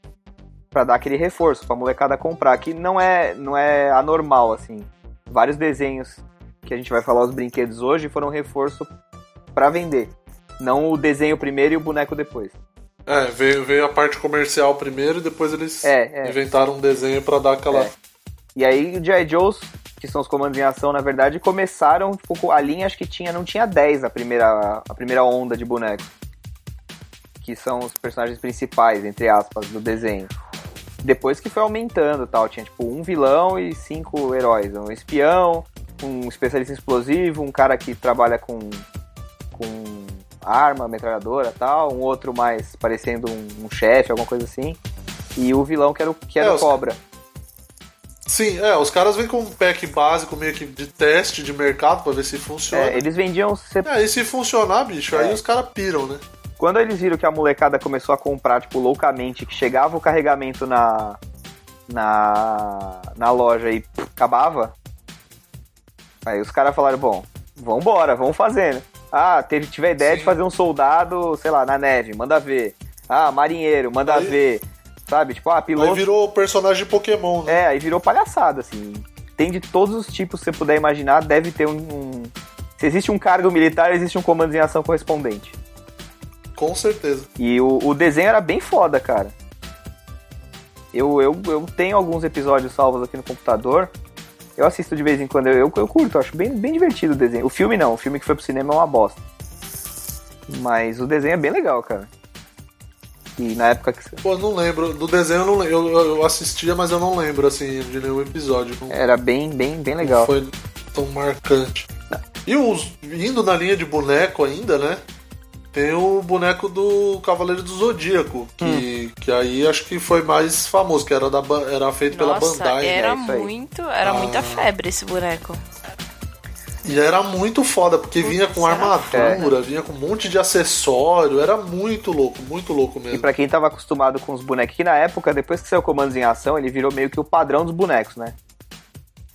B: pra dar aquele reforço pra molecada comprar, que não é, não é anormal, assim. Vários desenhos que a gente vai falar os brinquedos hoje foram reforço pra vender. Não o desenho primeiro e o boneco depois.
A: É, veio, veio a parte comercial primeiro e depois eles
B: É, é.
A: inventaram um desenho pra dar aquela.
B: É. E aí o G.I. Joes, que são os comandos em ação, na verdade, começaram tipo, com a linha, acho que tinha, não tinha 10 a primeira, a primeira onda de bonecos. Que são os personagens principais, entre aspas, do desenho. Depois que foi aumentando e tal, tinha tipo um vilão e cinco heróis. Um espião, um especialista em explosivo, um cara que trabalha com, com arma, metralhadora e tal, um outro mais parecendo um, um chefe, alguma coisa assim. E o vilão que era o, que era
A: É,
B: o
A: os-
B: Cobra.
A: Sim, é, os caras vêm com um pack básico meio que de teste de mercado pra ver se
B: É,
A: funciona.
B: eles vendiam se-
A: É, e se funcionar, bicho, aí os caras piram, né?
B: Quando eles viram que a molecada começou a comprar, tipo, loucamente, que chegava o carregamento na. na. na loja e pff, acabava. Aí os caras falaram, bom, vambora, vamos fazer, né? Ah, teve, tiver ideia
A: Sim.
B: de fazer um soldado, sei lá, na neve, manda ver. Ah, marinheiro, manda
A: Aí-
B: ver. Sabe, tipo, ah,
A: Aí
B: piloto.
A: virou o personagem de Pokémon, né?
B: É, aí virou palhaçada, assim. Tem de todos os tipos que você puder imaginar, deve ter um. um- Se existe um cargo militar, existe um comando em ação correspondente.
A: Com certeza.
B: E o, o desenho era bem foda, cara. Eu, eu, eu tenho alguns episódios salvos aqui no computador. Eu assisto de vez em quando, eu, eu, eu curto, eu acho bem, bem divertido o desenho. O filme não, o filme que foi pro cinema é uma bosta. Mas o desenho é bem legal, cara. E na época que
A: Pô, eu não lembro. Do desenho eu não lembro. Eu, eu assistia, mas eu não lembro, assim, de nenhum episódio. Não
B: era bem, bem, bem É, legal.
A: foi tão marcante. E os, indo na linha de boneco ainda, né? Tem o boneco do Cavaleiro do Zodíaco, que,
B: Hum.
A: que aí acho que foi mais famoso, que era, da, Ban- era feito pela
D: nossa,
A: Bandai. né?
D: era
B: isso aí. Ah.
D: muito, era muita febre esse boneco.
A: E era muito foda, porque vinha com
D: Putz, era
A: armadura, vinha com um monte de acessório, era muito louco, muito louco
B: E
A: mesmo.
B: pra quem tava acostumado com os bonecos, que na época, depois que saiu Comandos em Ação, ele virou meio que o padrão dos bonecos, né?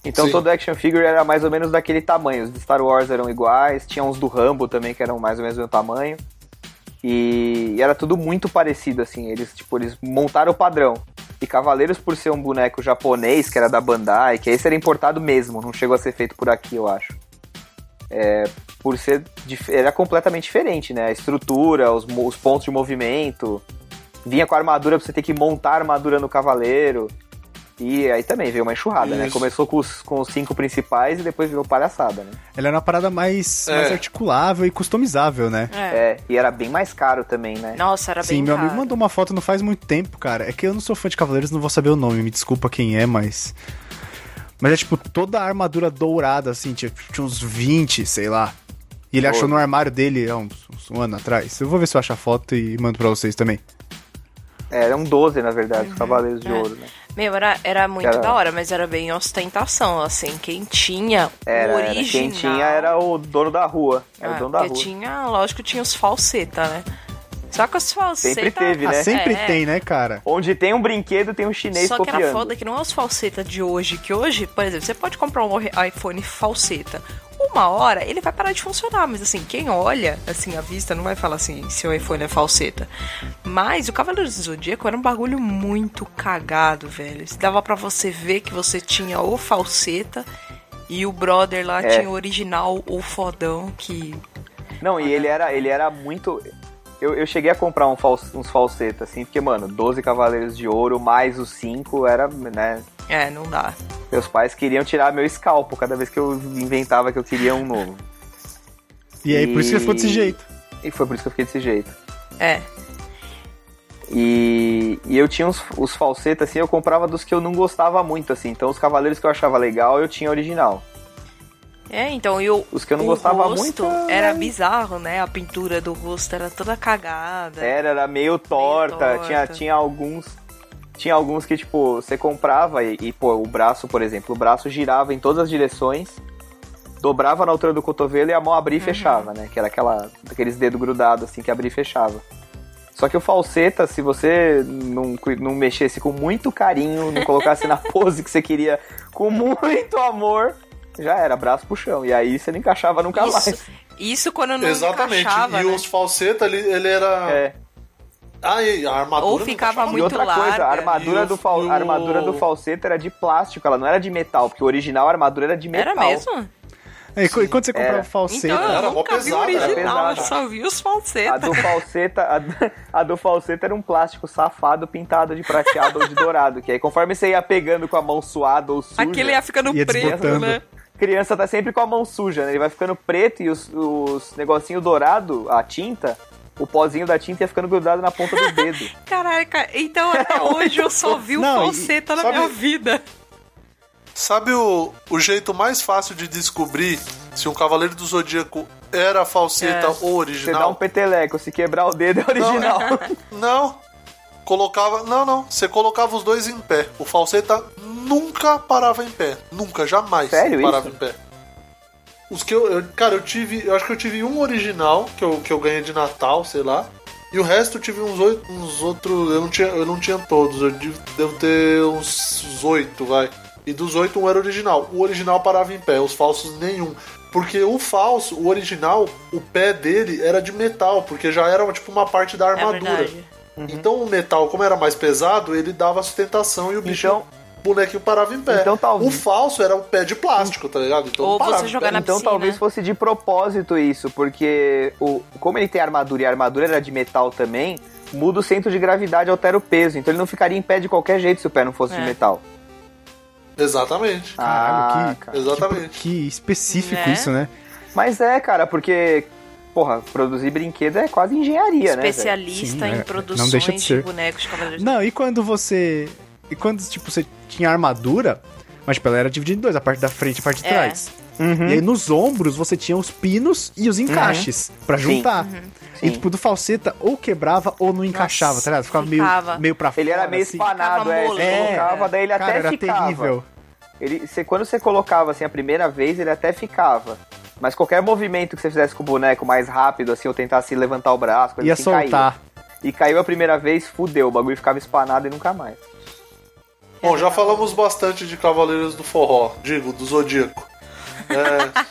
B: Então
A: Sim.
B: todo action figure era mais ou menos daquele tamanho. Os de Star Wars eram iguais, tinha uns do Rambo também que eram mais ou menos do meu tamanho. E, e era tudo muito parecido, assim. Eles, tipo, eles montaram o padrão. E Cavaleiros, por ser um boneco japonês, que era da Bandai, que esse era importado mesmo, não chegou a ser feito por aqui, eu acho por ser dif- era completamente diferente, né? A estrutura, os, mo- os pontos de movimento, vinha com a armadura pra você ter que montar a armadura no cavaleiro. E aí também veio uma enxurrada, né?
A: Isso.
B: Começou com os, com os cinco principais e depois virou palhaçada, né?
C: Ela era uma parada mais,
A: É.
C: mais articulável e customizável, né?
D: É.
B: É, e era bem mais caro também, né?
D: Nossa, era
C: Sim,
D: tá bem
C: meu amigo
D: caro.
C: mandou uma foto não faz muito tempo, cara. É que eu não sou fã de Cavaleiros, não vou saber o nome, me desculpa quem é, mas. Mas é tipo toda a armadura dourada, assim, tipo, tinha uns 20, sei lá. E ele
B: Boa.
C: achou no armário dele há uns, uns um ano atrás. Eu vou ver se eu acho a foto e mando pra vocês também.
B: É, eram 12, na verdade,
D: Uhum.
B: os Cavaleiros
D: É.
B: de Ouro, né?
D: Meu, era, era muito
B: Era-
D: da hora, mas era bem ostentação, assim. Quem tinha
B: Era,
D: o
B: era.
D: original...
B: Quem tinha era o dono da rua. Era
D: Ah,
B: o dono da
D: porque
B: rua.
D: tinha, lógico, tinha os falseta, né? Só que os falseta...
B: Sempre teve, né?
C: Ah, sempre
D: É.
C: tem, né, cara?
B: Onde tem um brinquedo, tem um chinês
D: Só que
B: copiando.
D: era foda que não é os falseta de hoje, que hoje, por exemplo, você pode comprar um iPhone falseta. Uma hora ele vai parar de funcionar, mas assim, quem olha, assim, à vista, não vai falar assim, se o iPhone é falseta. Mas o Cavaleiro do Zodíaco era um bagulho muito cagado, velho. Dava pra você ver que você tinha o falseta e o brother lá
B: É.
D: tinha o original, o fodão, que
B: Não, e ele era, ele era muito. Eu, eu cheguei a comprar um fal- uns falsetas, assim, porque, mano, 12 Cavaleiros de Ouro mais os 5 era, né?
D: é, não dá.
B: Meus pais queriam tirar meu escalpo cada vez que eu inventava que eu queria um novo.
C: E aí, por isso que ele ficou desse
B: E-
C: jeito.
B: E foi por isso que eu fiquei desse jeito.
D: É.
B: E, e eu tinha uns, os falsetas, assim, eu comprava dos que eu não gostava muito, assim. Então, os Cavaleiros que eu achava legal, eu tinha original.
D: É, então, e o,
B: Os que eu não
D: o
B: gostava
D: rosto é
B: muito.
D: Era bizarro, né? A pintura do rosto era toda cagada.
B: Era, É, era meio torta,
D: torta.
B: Tinha, tinha alguns. Tinha alguns que, tipo, você comprava e, e, pô, o braço, por exemplo, o braço girava em todas as direções, dobrava na altura do cotovelo e a mão
D: Uhum.
B: abria e fechava, né? Que era aquela, aqueles dedos grudados, assim, que abria e fechava. Só que o falseta, se você não, cui- não mexesse com muito carinho, não colocasse na pose que você queria com muito amor, já era, braço pro chão. E aí você não encaixava nunca mais.
D: Isso, isso quando não
A: Exatamente.
D: encaixava,
A: e
D: né?
A: os falseta ele, ele era.
B: É.
A: Ah, e a armadura.
D: Ou
A: não
D: ficava
A: encaixava.
D: muito
B: e outra coisa,
D: larga.
B: a armadura,
A: E
B: do
A: o-
B: fal-
A: e o-
B: a armadura do falseta era de plástico, ela não era de metal, porque o original a armadura era de metal.
D: Era mesmo?
C: E qu- e quando você comprava
B: era.
C: o falseta.
D: Então, eu
A: Era mó
D: nunca vi o
A: pesada, era
D: original, eu
B: pesada.
D: só vi os
B: A
D: falsetas.
B: do falseta, a, a do falseta era um plástico safado pintado de prateado ou de dourado, que aí conforme você ia pegando com a mão suada ou suja,
D: Aquele é- ia ficando
C: Ia
D: preto,
C: desbotando.
D: né?
B: criança tá sempre com a mão suja, né? Ele vai ficando preto e os, os negocinho dourado, a tinta, o pozinho da tinta ia ficando grudado na ponta do dedo.
D: Caraca, então até hoje eu só vi o
C: Não, e-
D: falseta na
A: sabe-
D: minha vida.
A: Sabe o, o jeito mais fácil de descobrir se um Cavaleiro do Zodíaco era falseta
D: É.
A: ou
B: Você dá um
A: original?
B: peteleco, se quebrar o dedo é original.
A: Não. Colocava. Não, não. Você colocava os dois em pé. O falseta nunca parava em pé. Nunca, jamais
B: Sério
A: parava
B: isso?
A: em pé. Os que eu, eu- Cara, eu tive. Eu acho que eu tive um original que eu, que eu ganhei de Natal, sei lá. E o resto eu tive uns oito. Uns outros. Eu não tinha, eu não tinha todos. Eu de- devo ter uns uns oito, vai. E dos oito, um era original. O original parava em pé, os falsos nenhum. Porque o falso, o original, o pé dele era de metal, porque já era tipo uma parte da
D: É
A: armadura.
D: verdade.
A: Então o metal, como era mais pesado, ele dava sustentação e o bicho,
B: Então-
A: o bonequinho parava em pé.
B: Então talvez-
A: É. O falso era um pé de plástico, tá ligado? Então
D: Ou
A: não parava
D: você
A: em
D: jogar
A: pé.
D: na
B: Então
D: piscina.
B: talvez fosse de propósito isso, porque o, como ele tem armadura e a armadura era de metal também, muda o centro de gravidade, altera o peso. Então ele não ficaria em pé de qualquer jeito se o pé não fosse
D: É.
B: de metal.
A: Exatamente.
C: Caralho,
B: Ah,
C: que,
B: cara.
A: Exatamente.
C: que, que específico
D: Né?
C: isso, né?
B: Mas é, cara, porque, porra, produzir brinquedo é quase engenharia, né? velho?
D: Especialista
C: Sim, é,
D: em
C: não
D: produções
C: deixa de
D: de
C: ser.
D: bonecos de cavaleiros.
C: Não, e quando você. E quando, tipo, você tinha armadura, mas tipo, ela era dividida em dois, a parte da frente e a parte de
D: É.
C: trás.
B: Uhum.
C: E aí nos ombros você tinha os pinos e os encaixes pra
B: Sim. Uhum.
C: juntar.
B: Sim.
C: E tipo, do falseta ou quebrava ou não encaixava, tá ligado? Ficava,
D: ficava.
C: Meio, meio pra fora.
B: Ele era meio
C: assim.
B: espanado,
D: Ficava
B: é. Você
D: molenga.
B: colocava, daí ele
C: Cara,
B: até
C: era
B: ficava.
C: terrível.
B: Ele, você, quando você colocava assim a primeira vez, ele até ficava. Mas qualquer movimento que você fizesse com o boneco mais rápido, assim, ou tentasse levantar o braço, coisa
C: Ia
B: assim, caía.
C: soltar.
B: E caiu a primeira vez, fudeu, o bagulho ficava espanado e nunca mais.
D: é
A: Bom, já falamos bastante de Cavaleiros do Forró, digo, do Zodíaco. É,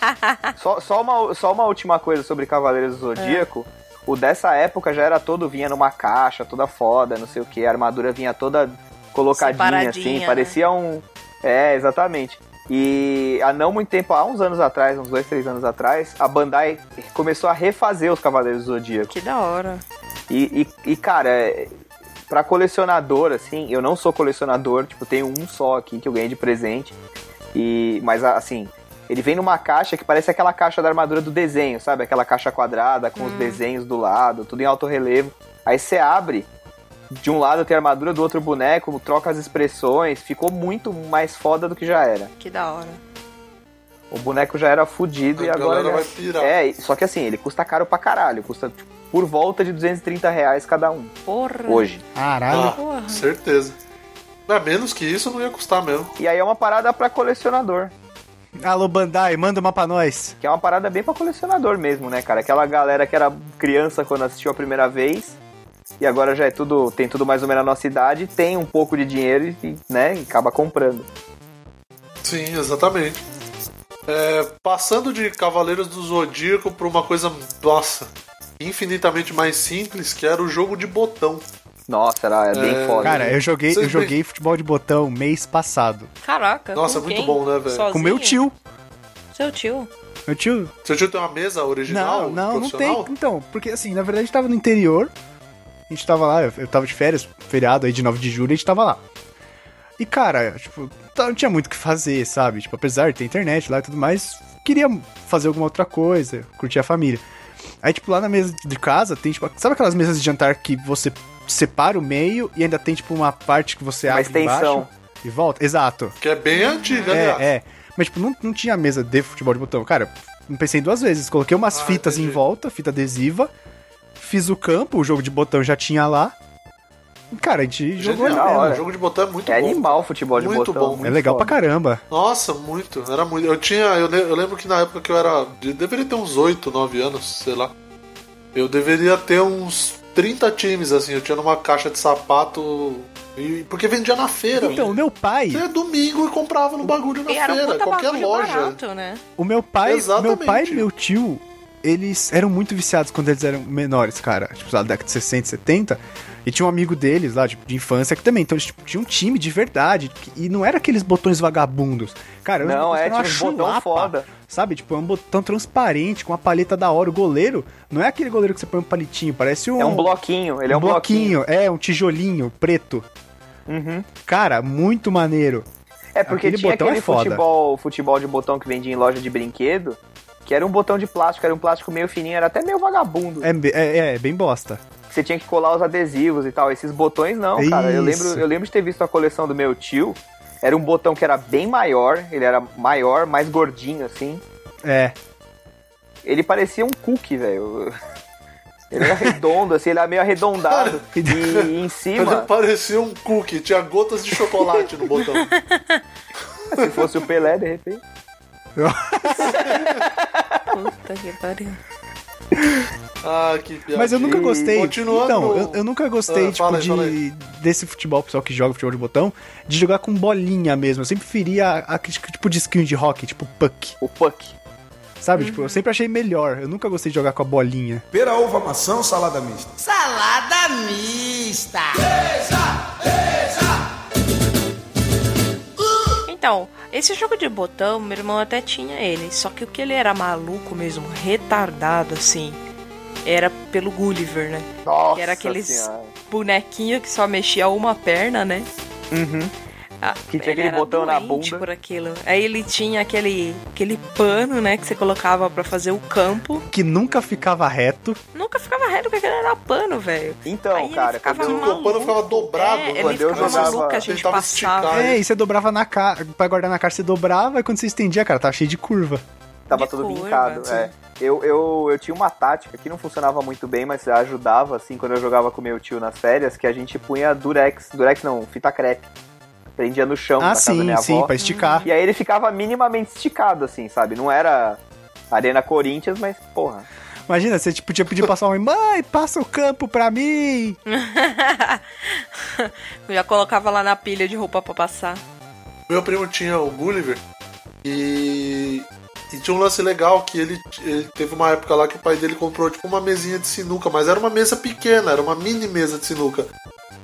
D: Ah.
B: Só, só, uma, só uma última coisa sobre Cavaleiros do Zodíaco. O dessa época já era todo, vinha numa caixa, toda foda, não sei o que, a armadura vinha toda colocadinha,
D: Separadinha,
B: assim,
D: né?
B: parecia um. É, exatamente. E há não muito tempo, há uns anos atrás, uns dois, três anos atrás, a Bandai começou a refazer os Cavaleiros do Zodíaco.
D: Que da hora.
B: E, e- e, cara, é- pra colecionador, assim, eu não sou colecionador, tipo, tenho um só aqui que eu ganhei de presente. E, mas assim, ele vem numa caixa que parece aquela caixa da armadura do desenho, sabe? Aquela caixa quadrada com
A: Hum.
B: os desenhos do lado, tudo em alto relevo. Aí você abre, de um lado tem a armadura, do outro o boneco, troca as expressões, ficou muito mais foda do que já era.
D: Que da hora.
B: O boneco já era fudido
A: A
B: e
A: galera
B: agora. ele é-
A: vai pirar.
B: É, e- só que assim, ele custa caro pra caralho. Custa tipo, por volta de 230 reais cada um,
D: Porra.
B: hoje.
C: Caralho.
A: Ah,
D: Porra.
A: certeza. Mas menos que isso não ia custar mesmo.
B: E aí é uma parada pra colecionador. Ah.
C: Alô, Bandai, manda uma pra nós.
B: Que é uma parada bem pra colecionador mesmo, né, cara? Aquela galera que era criança quando assistiu a primeira vez e agora já é tudo, tem tudo mais ou menos a nossa idade, tem um pouco de dinheiro e, né, e acaba comprando.
A: Sim, exatamente. É, passando de Cavaleiros do Zodíaco pra uma coisa, nossa, infinitamente mais simples, que era o jogo de botão.
B: Nossa, era é bem
A: É,
B: foda.
C: Cara, eu joguei, eu
A: Vocês
C: joguei futebol de botão mês passado.
D: Caraca.
A: Nossa,
D: com
A: muito
D: quem?
A: bom, né, velho?
D: Sozinho?
C: Com meu tio.
D: Seu tio.
C: Meu tio.
A: Seu tio tem uma mesa original?
C: Não, não, não tem.
A: profissional?
C: Então, porque assim, na verdade tava no interior. A gente tava lá, eu, eu tava de férias, feriado aí de 9 de julho, a gente tava lá. E cara, tipo, tá- não tinha muito o que fazer, sabe? Tipo, apesar de ter internet lá e tudo mais, queria fazer alguma outra coisa, curtir a família. Aí, tipo, lá na mesa de casa tem, tipo, sabe aquelas mesas de jantar que você separa o meio e ainda tem, tipo, uma parte que você
B: Uma
C: abre
B: extensão.
C: embaixo e volta? Exato.
A: Que é bem antiga, aliás.
C: É, é. Mas, tipo, não, não tinha mesa de futebol de botão. Cara, não pensei duas vezes. Coloquei umas
A: Ah,
C: fitas em
A: entendi.
C: volta, fita adesiva. Fiz o campo, o jogo de botão já tinha lá. E, Cara, a gente jogou
A: Genial,
B: na
A: né?
B: hora.
A: O jogo de botão é muito
B: é
A: bom.
B: animal o futebol de
A: Muito
B: botão.
A: bom.
C: É legal pra caramba.
A: Nossa, muito. Era muito. Eu tinha. Eu, le- eu lembro que na época que eu era. eu deveria ter uns 8, 9 anos, sei lá. Eu deveria ter uns 30 times, assim. Eu tinha numa caixa de sapato. e- porque vendia na feira.
C: Então, o meu pai,
A: Você comprava e comprava no bagulho na
D: E era um
A: feira,
D: puta
A: qualquer
D: bagulho
A: loja.
D: barato, né?
C: o meu pai, meu
A: Exatamente.
C: pai e meu tio, eles eram muito viciados quando eles eram menores, cara. Tipo, lá da década de 60, 70. E tinha um amigo deles lá, tipo, de infância que também. Então, eles tipo, tinham um time de verdade. E não era aqueles botões vagabundos. Cara, eram
B: Não,
C: botões
B: é,
C: que eram
B: tipo,
C: uma
B: um botão
C: chulapa.
B: foda.
C: Sabe? Tipo, é um botão transparente, com uma paleta da hora. O goleiro não é aquele goleiro que você põe um palitinho, parece um.
B: É um bloquinho, ele é um bloquinho.
C: É, um tijolinho preto.
B: Uhum.
C: Cara, muito maneiro.
B: É porque
C: Aquele
B: tinha
C: botão é
B: aquele
C: foda.
B: futebol, futebol de botão que vendia em loja de brinquedo, que era um botão de plástico, era um plástico meio fininho, era até meio vagabundo.
C: É, be- é, é, é bem bosta.
B: você tinha que colar os adesivos e tal. Esses botões não, cara. Eu
C: Isso.
B: lembro, eu lembro de ter visto a coleção do meu tio. Era um botão que era bem maior, ele era maior, mais gordinho, assim.
C: É.
B: Ele parecia um cookie, velho. Ele era redondo, assim, ele era meio arredondado. E, em
A: Ele
B: cima,
A: parecia um cookie, tinha gotas de chocolate no botão.
B: se fosse o Pelé, de repente.
D: Puta que pariu.
A: Ah, que piada.
C: Mas eu nunca gostei.
A: Continuando.
C: Então, eu, eu nunca gostei,
A: Ah,
C: tipo,
A: fala aí,
C: de,
A: fala aí.
C: desse futebol, pessoal que joga futebol de botão, de jogar com bolinha mesmo. Eu sempre preferia aquele tipo de skin de hockey, tipo puck.
B: O Puck.
C: Sabe?
A: Uhum.
C: Tipo, eu sempre achei melhor. Eu nunca gostei de jogar com a bolinha.
G: Pera, uva, maçã ou salada mista?
E: Salada mista.
D: Então, esse jogo de botão, meu irmão até tinha ele. Só que o que ele era maluco mesmo, retardado assim, era pelo Gulliver, né?
B: Nossa.
D: que era aqueles
B: Senhora.
D: bonequinho que só mexia uma perna, né?
B: Uhum.
D: Ah,
B: Que tinha
D: ele
B: aquele
D: era
B: botão na
D: doente
B: bunda.
D: por aquilo. Aí ele tinha aquele, aquele pano, né, que você colocava pra fazer o campo.
C: que nunca ficava reto.
D: Nunca ficava reto porque aquele era pano, velho.
B: Então,
D: Aí ele
B: cara,
D: ficava
B: quando eu-
A: Porque o pano ficava dobrado,
D: É, ele
B: quando eu
D: ficava
B: jogava,
D: maluco, a gente
A: tentava
D: passava.
A: esticar. Ah,
C: é,
A: é.
C: e você dobrava na cara, pra guardar na cara, você dobrava, e quando você estendia, cara, tava cheio de curva.
B: Tava
D: De
B: tudo
D: curva,
B: vincado,
D: sim.
B: é. Eu, eu, eu tinha uma tática que não funcionava muito bem, mas ajudava, assim, quando eu jogava com meu tio nas férias, que a gente punha durex, durex não, fita crepe. Prendia no chão na
C: ah,
B: casa da
C: sim,
B: minha
C: sim,
B: avó.
C: pra esticar.
B: E aí ele ficava minimamente esticado, assim, sabe? Não era Arena Corinthians, mas, porra.
C: Imagina, você tipo, podia pedir pra sua mãe, mãe, passa o campo pra mim.
D: Eu já colocava lá na pilha de roupa pra passar.
A: Meu primo tinha o Gulliver e, e tinha um lance legal que ele, ele teve uma época lá que o pai dele comprou tipo uma mesinha de sinuca, mas era uma mesa pequena, era uma mini mesa de sinuca.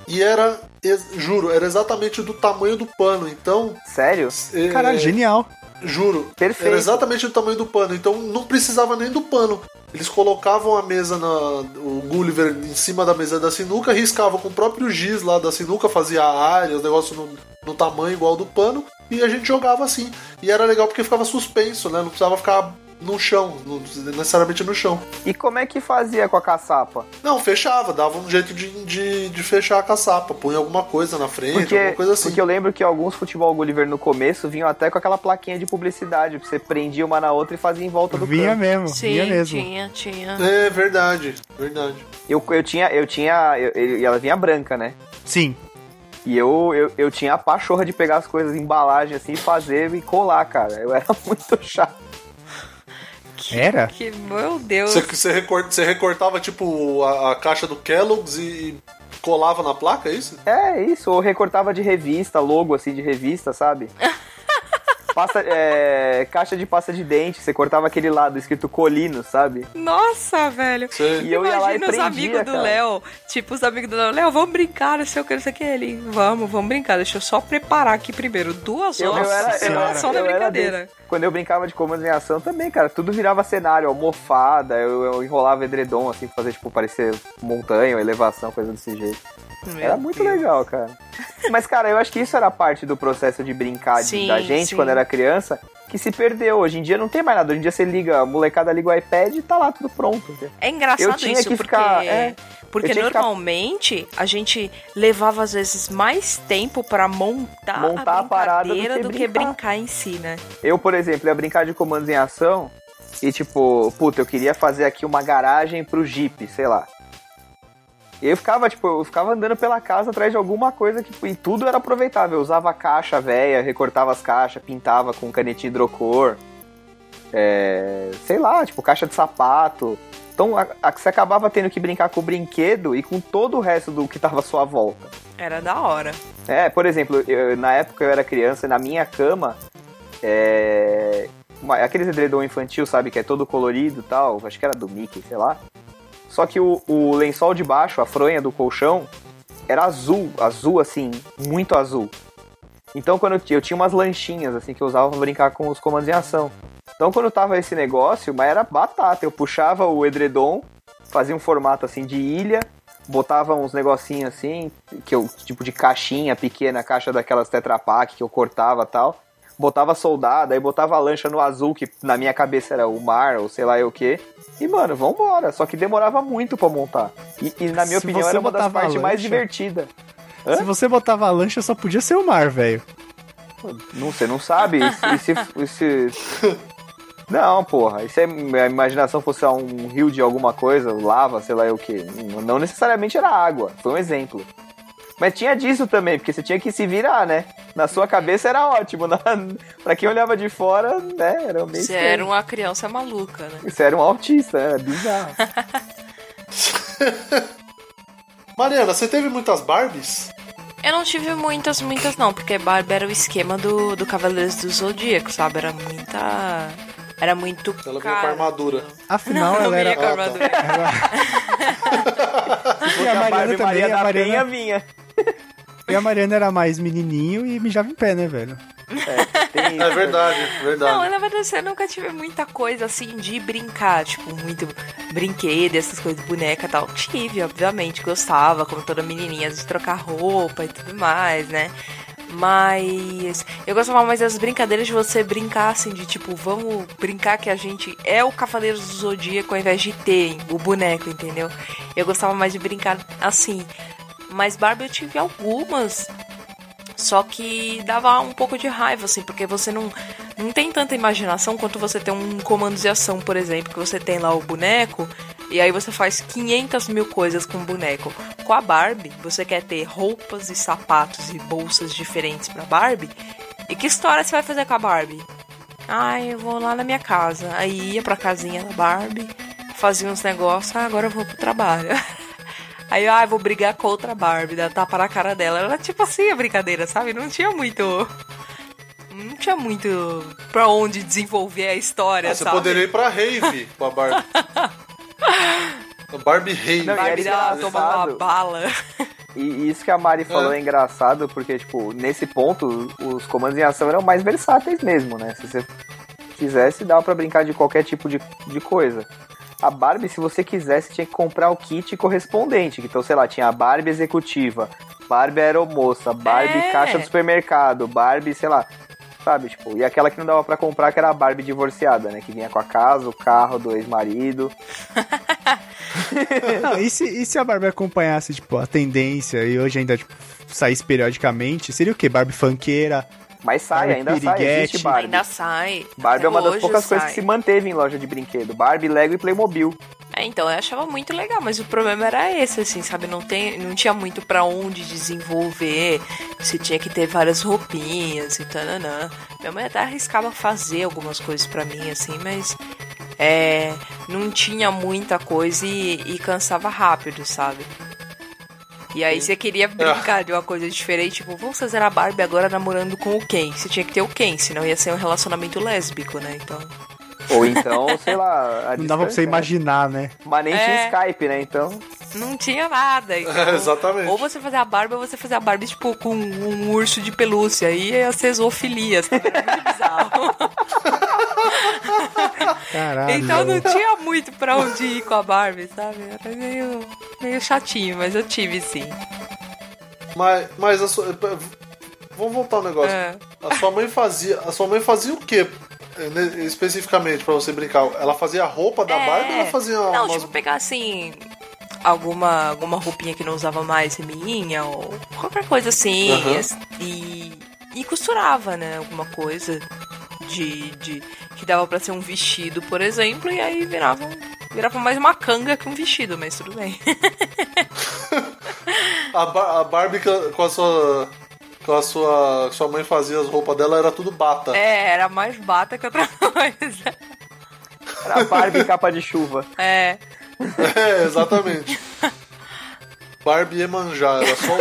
A: E era, ex- juro, era exatamente do tamanho do pano. Então,
B: Sério?
A: eh,
C: Caralho, genial.
A: juro,
B: Perfeito.
A: era exatamente do tamanho do pano. Então não precisava nem do pano. Eles colocavam a mesa, na, o Gulliver em cima da mesa da sinuca, riscavam com o próprio giz lá da sinuca, fazia a área, os negócios no, no tamanho igual ao do pano, e a gente jogava assim. E era legal porque ficava suspenso, né? Não precisava ficar no chão, não necessariamente no chão.
B: E como é que fazia com a caçapa?
A: Não, fechava, dava um jeito de, de, de fechar a caçapa, punha alguma coisa na frente,
B: Porque,
A: alguma coisa assim.
B: porque eu lembro que alguns futebol Gulliver no começo vinham até com aquela plaquinha de publicidade, que você prendia uma na outra e fazia em volta do
C: Vinha
B: campo.
C: mesmo, vinha
D: Sim,
C: mesmo.
D: tinha, tinha.
A: É verdade, verdade.
B: Eu, eu tinha, eu tinha, eu- eu- e ela vinha branca, né?
C: Sim.
B: E eu, eu, eu tinha a pachorra de pegar as coisas em embalagem assim, e fazer e colar, cara. Eu era muito chato.
C: Era?
D: Que, meu Deus.
A: Você, você, recort- você recortava, tipo, a, a caixa do Kellogg's e colava na placa, é isso?
B: É isso, eu recortava de revista, logo assim de revista, sabe? Pasta, é, caixa de pasta de dente, você cortava aquele lado escrito colino, sabe?
D: Nossa, velho.
A: Você-
B: E eu ia lá e
D: Imagina os
B: prendia,
D: amigos do
B: cara.
D: Léo. Tipo, os amigos do Léo. Léo, vamos brincar, não sei o que, não sei o que. Ele, vamos, vamos brincar. Deixa eu só preparar aqui primeiro. Duas
B: Eu,
D: horas.
B: eu era, eu era,
D: só na
B: eu era
D: brincadeira.
B: desse. Quando eu brincava de comandos em ação também, cara, tudo virava cenário, almofada, eu, eu enrolava edredom, assim, pra fazer, tipo, parecer montanha, elevação, coisa desse jeito.
D: Meu
B: era muito
D: Deus.
B: legal, cara. Mas, cara, eu acho que isso era parte do processo de brincar de-
D: Sim,
B: da gente
D: sim.
B: quando era criança, que se perdeu. Hoje em dia não tem mais nada. Hoje em dia você liga, a molecada liga o iPad e tá lá tudo pronto.
D: É engraçado
B: Eu tinha
D: isso,
B: que
D: porque,
B: ficar- é,
D: porque
B: eu tinha que ficar-
D: normalmente a gente levava às vezes mais tempo pra montar,
B: Montar
D: a
B: a parada do
D: brincadeira
B: que
D: do que
B: brincar.
D: brincar em si, né?
B: Eu, por exemplo, ia brincar de comandos em ação e tipo, puta, eu queria fazer aqui uma garagem pro Jeep, sei lá. E eu ficava, tipo, eu ficava andando pela casa atrás de alguma coisa que. E tudo era aproveitável. Eu usava caixa velha, recortava as caixas, pintava com canetinha hidrocor. É, sei lá, tipo, caixa de sapato. Então a, a- você acabava tendo que brincar com o brinquedo e com todo o resto do que tava à sua volta.
D: Era da hora.
B: É, por exemplo, eu- na época eu era criança, na minha cama, é, uma- aqueles edredom infantil, sabe, que é todo colorido e tal, acho que era do Mickey, sei lá. Só que o, o lençol de baixo, a fronha do colchão, era azul, azul assim, muito azul. Então quando eu, ti- eu tinha umas lanchinhas assim que eu usava pra brincar com os comandos em ação. Então quando tava esse negócio, mas era batata, eu puxava o edredom, fazia um formato assim de ilha, botava uns negocinhos assim, que eu, tipo de caixinha pequena, caixa daquelas Tetra Pak que eu cortava tal. Botava soldado, aí botava a lancha no azul, que na minha cabeça era o mar, ou sei lá eu o que. E, mano, vambora. Só que demorava muito pra montar. E, e, na minha
C: Se
B: opinião,
C: você
B: era uma das
C: botava a
B: partes mais
C: lancha-
B: divertidas. Hã?
C: Se você botava a lancha, só podia ser o mar, velho.
B: Não, você não sabe? E se, e se- Não, porra. E se a minha imaginação fosse um rio de alguma coisa, lava, sei lá é o que. Não necessariamente era água, foi um exemplo. Mas tinha disso também, porque você tinha que se virar, né? Na sua cabeça era ótimo. Na... Pra quem olhava de fora, né? Era meio
D: Você
B: estranho.
D: era um uma criança maluca, né?
B: Você era um autista, era bizarro.
A: Mariana, você teve muitas Barbies?
D: Eu não tive muitas, muitas não, porque Barbie era o esquema do, do Cavaleiros do Zodíaco, sabe? Era muita. Era muito.
A: Ela veio com
D: caro.
A: armadura.
C: Afinal, ela
D: vinha
C: era.
D: com armadura.
C: E a Mariana também, é a
B: Penha
C: Mariana,
B: vinha.
C: e a Mariana era mais menininho e mijava em pé, né, velho?
B: Tem isso.
A: É verdade, verdade.
D: Não, na verdade eu nunca tive muita coisa assim de brincar, tipo, muito brinquedo, essas coisas, boneca e tal. Tive, obviamente, gostava, como toda menininha, de trocar roupa e tudo mais, né? Mas eu gostava mais das brincadeiras de você brincar assim, de tipo, vamos brincar que a gente é o Cavaleiro do Zodíaco ao invés de ter o boneco, entendeu? Eu gostava mais de brincar assim. Mas Barbie eu tive algumas, só que dava um pouco de raiva, assim, porque você não, não tem tanta imaginação quanto você tem um comando de ação, por exemplo, que você tem lá o boneco e aí você faz 500 mil coisas com o boneco. Com a Barbie, você quer ter roupas e sapatos e bolsas diferentes pra Barbie. E que história você vai fazer com a Barbie? Ai, eu vou lá na minha casa. Aí ia pra casinha da Barbie, fazia uns negócios, ah, agora eu vou pro trabalho. Aí, ah, eu vou brigar com outra Barbie, dar tapa na cara dela. Era tipo assim a brincadeira, sabe? Não tinha muito. Não tinha muito pra onde desenvolver a história,
A: Ah, você
D: sabe?
A: poderia ir pra rave com a Barbie. A Barbie rave.
B: Não, e
D: Barbie
B: era
D: dá- Ah, tomar uma
B: engraçado.
D: bala.
B: E isso que a Mari falou é. engraçado, porque, tipo, nesse ponto, os comandos em ação eram mais versáteis mesmo, né? Se você quisesse, dava pra brincar de qualquer tipo de, de coisa. A Barbie, se você quisesse, tinha que comprar o kit correspondente. Então, sei lá, tinha a Barbie executiva, Barbie aeromoça, Barbie
D: É.
B: caixa do supermercado, Barbie, sei lá. Sabe, tipo, e aquela que não dava pra comprar, que era a Barbie divorciada, né? Que vinha com a casa, o carro do ex-marido.
C: Não, e se, e se a Barbie acompanhasse, tipo, a tendência e hoje ainda, tipo, saísse periodicamente, seria o quê? Barbie funkeira?
B: Mas sai,
C: Barbie
B: ainda sai,
C: piriguete.
B: existe Barbie.
D: Ainda sai.
B: Barbie
D: Até
B: é uma das
D: hoje
B: poucas coisas
D: sai.
B: que se manteve em loja de brinquedo. Barbie, Lego e Playmobil.
D: É, então, eu achava muito legal, mas o problema era esse, assim, sabe? Não, tem, não tinha muito pra onde desenvolver. Você tinha que ter várias roupinhas e tananã. Minha mãe até arriscava fazer algumas coisas pra mim, assim, mas é, não tinha muita coisa e, e cansava rápido, sabe? E aí você queria brincar de uma coisa diferente, tipo, vamos fazer a Barbie agora namorando com o Ken. Você tinha que ter o Ken, senão ia ser um relacionamento lésbico, né? Então.
B: Ou então, sei lá. a
C: Não dava pra
B: distância,
C: você
B: né?
C: imaginar, né?
B: Mas nem
D: É.
B: tinha Skype, né? Então.
D: Não tinha nada. então-
A: Exatamente.
D: Ou você fazer a Barbie, ou você fazer a Barbie, tipo, com um urso de pelúcia. Aí ia ser zoofilia, sabe? Era muito bizarro.
C: Caralho.
D: então não tinha muito pra onde ir com a Barbie, sabe? Era meio, meio chatinho, mas eu tive sim.
A: Mas, mas a sua. Vamos voltar ao negócio.
D: É.
A: A sua mãe fazia. A sua mãe fazia o quê? eh, ne- Especificamente pra você brincar? Ela fazia a roupa da
D: É.
A: Barbie ou ela fazia
D: Não,
A: umas-
D: tipo, pegar assim. Alguma, alguma roupinha que não usava mais minha, ou qualquer coisa assim.
A: Aham.
D: as- E, e costurava, né? Alguma coisa de, de. que dava pra ser um vestido, por exemplo, e aí virava, um- virava mais uma canga que um vestido, mas tudo bem.
A: a, Bar- a Barbie com a- com a sua. Com a sua. Sua mãe fazia as roupas dela, era tudo bata.
D: É, era mais bata que outra coisa.
B: Era Barbie em capa de chuva.
D: É.
A: É, exatamente. Barbie Emanjá, era só um...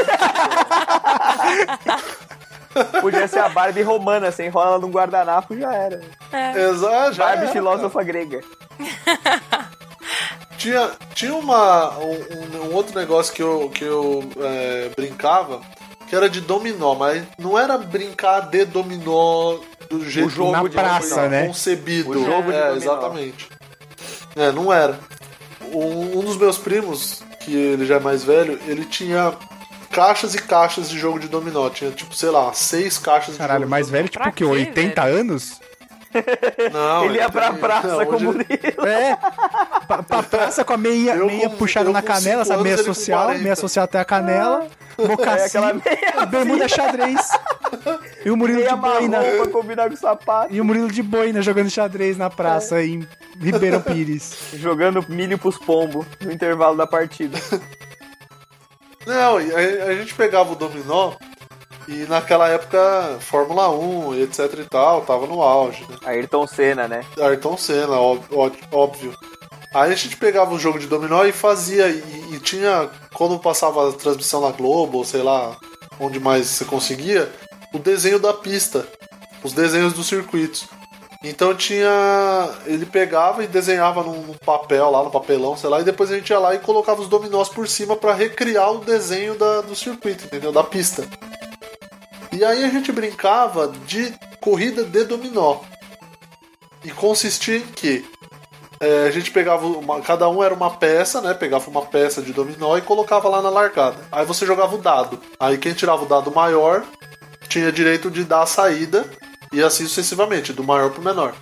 B: Podia ser a Barbie romana, você enrola ela num guardanapo já era.
A: Exa- já
B: Barbie
A: era,
B: filósofa grega.
A: cara. Tinha, tinha uma, um, um- um outro negócio que eu, que eu é, brincava, que era de dominó, mas não era brincar de dominó do jeito
C: jogo Na de praça,
A: dominó
C: né?
A: concebido.
B: O jogo de
A: é,
B: dominó.
A: exatamente. É, não era. Um, um dos meus primos, que ele já é mais velho, ele tinha caixas e caixas de jogo de dominó. Tinha, tipo, sei lá, seis caixas de
C: Caralho,
A: jogo
C: mais
A: de
C: velho, tipo,
D: Pra
C: que
D: quê,
C: 80 anos?
A: dominó. Não,
B: Ele ia pra
A: tem-
B: praça
A: não,
B: com o
A: hoje ele-
B: Murilo.
C: É. Pra, pra praça com a meia,
A: Eu
C: meia
A: com-
C: puxada
A: eu
C: na
A: com
C: canela,
A: cinco
C: essa meia
A: anos, ele com
C: social,
A: 40.
C: meia social até a canela, mocassim,
B: É aquela meia
A: assim.
C: bermuda xadrez. E o Murilo
B: meia
C: de boina.
B: marrom pra combinar com o sapato.
C: E o Murilo de boina jogando xadrez na
A: É.
C: praça em Ribeirão Pires.
B: Jogando milho pros pombos no intervalo da partida.
A: Não, e a, a gente pegava o dominó e naquela época Fórmula 1 e etc e tal, tava no auge, né?
B: Ayrton Senna, né?
A: Ayrton Senna, ó- ó- óbvio. Aí a gente pegava o jogo de dominó e fazia, e, e tinha, quando passava a transmissão na Globo, ou sei lá, onde mais você conseguia, o desenho da pista, os desenhos dos circuitos. Então tinha. Ele pegava e desenhava num, num papel lá, no papelão, sei lá, e depois a gente ia lá e colocava os dominós por cima pra recriar o desenho da- do circuito, entendeu? Da pista. E aí a gente brincava de corrida de dominó. E consistia em que é, a gente pegava uma, cada um era uma peça, né? Pegava uma peça de dominó e colocava lá na largada. Aí você jogava o dado. Aí quem tirava o dado maior tinha direito de dar a saída e assim sucessivamente, do maior pro menor.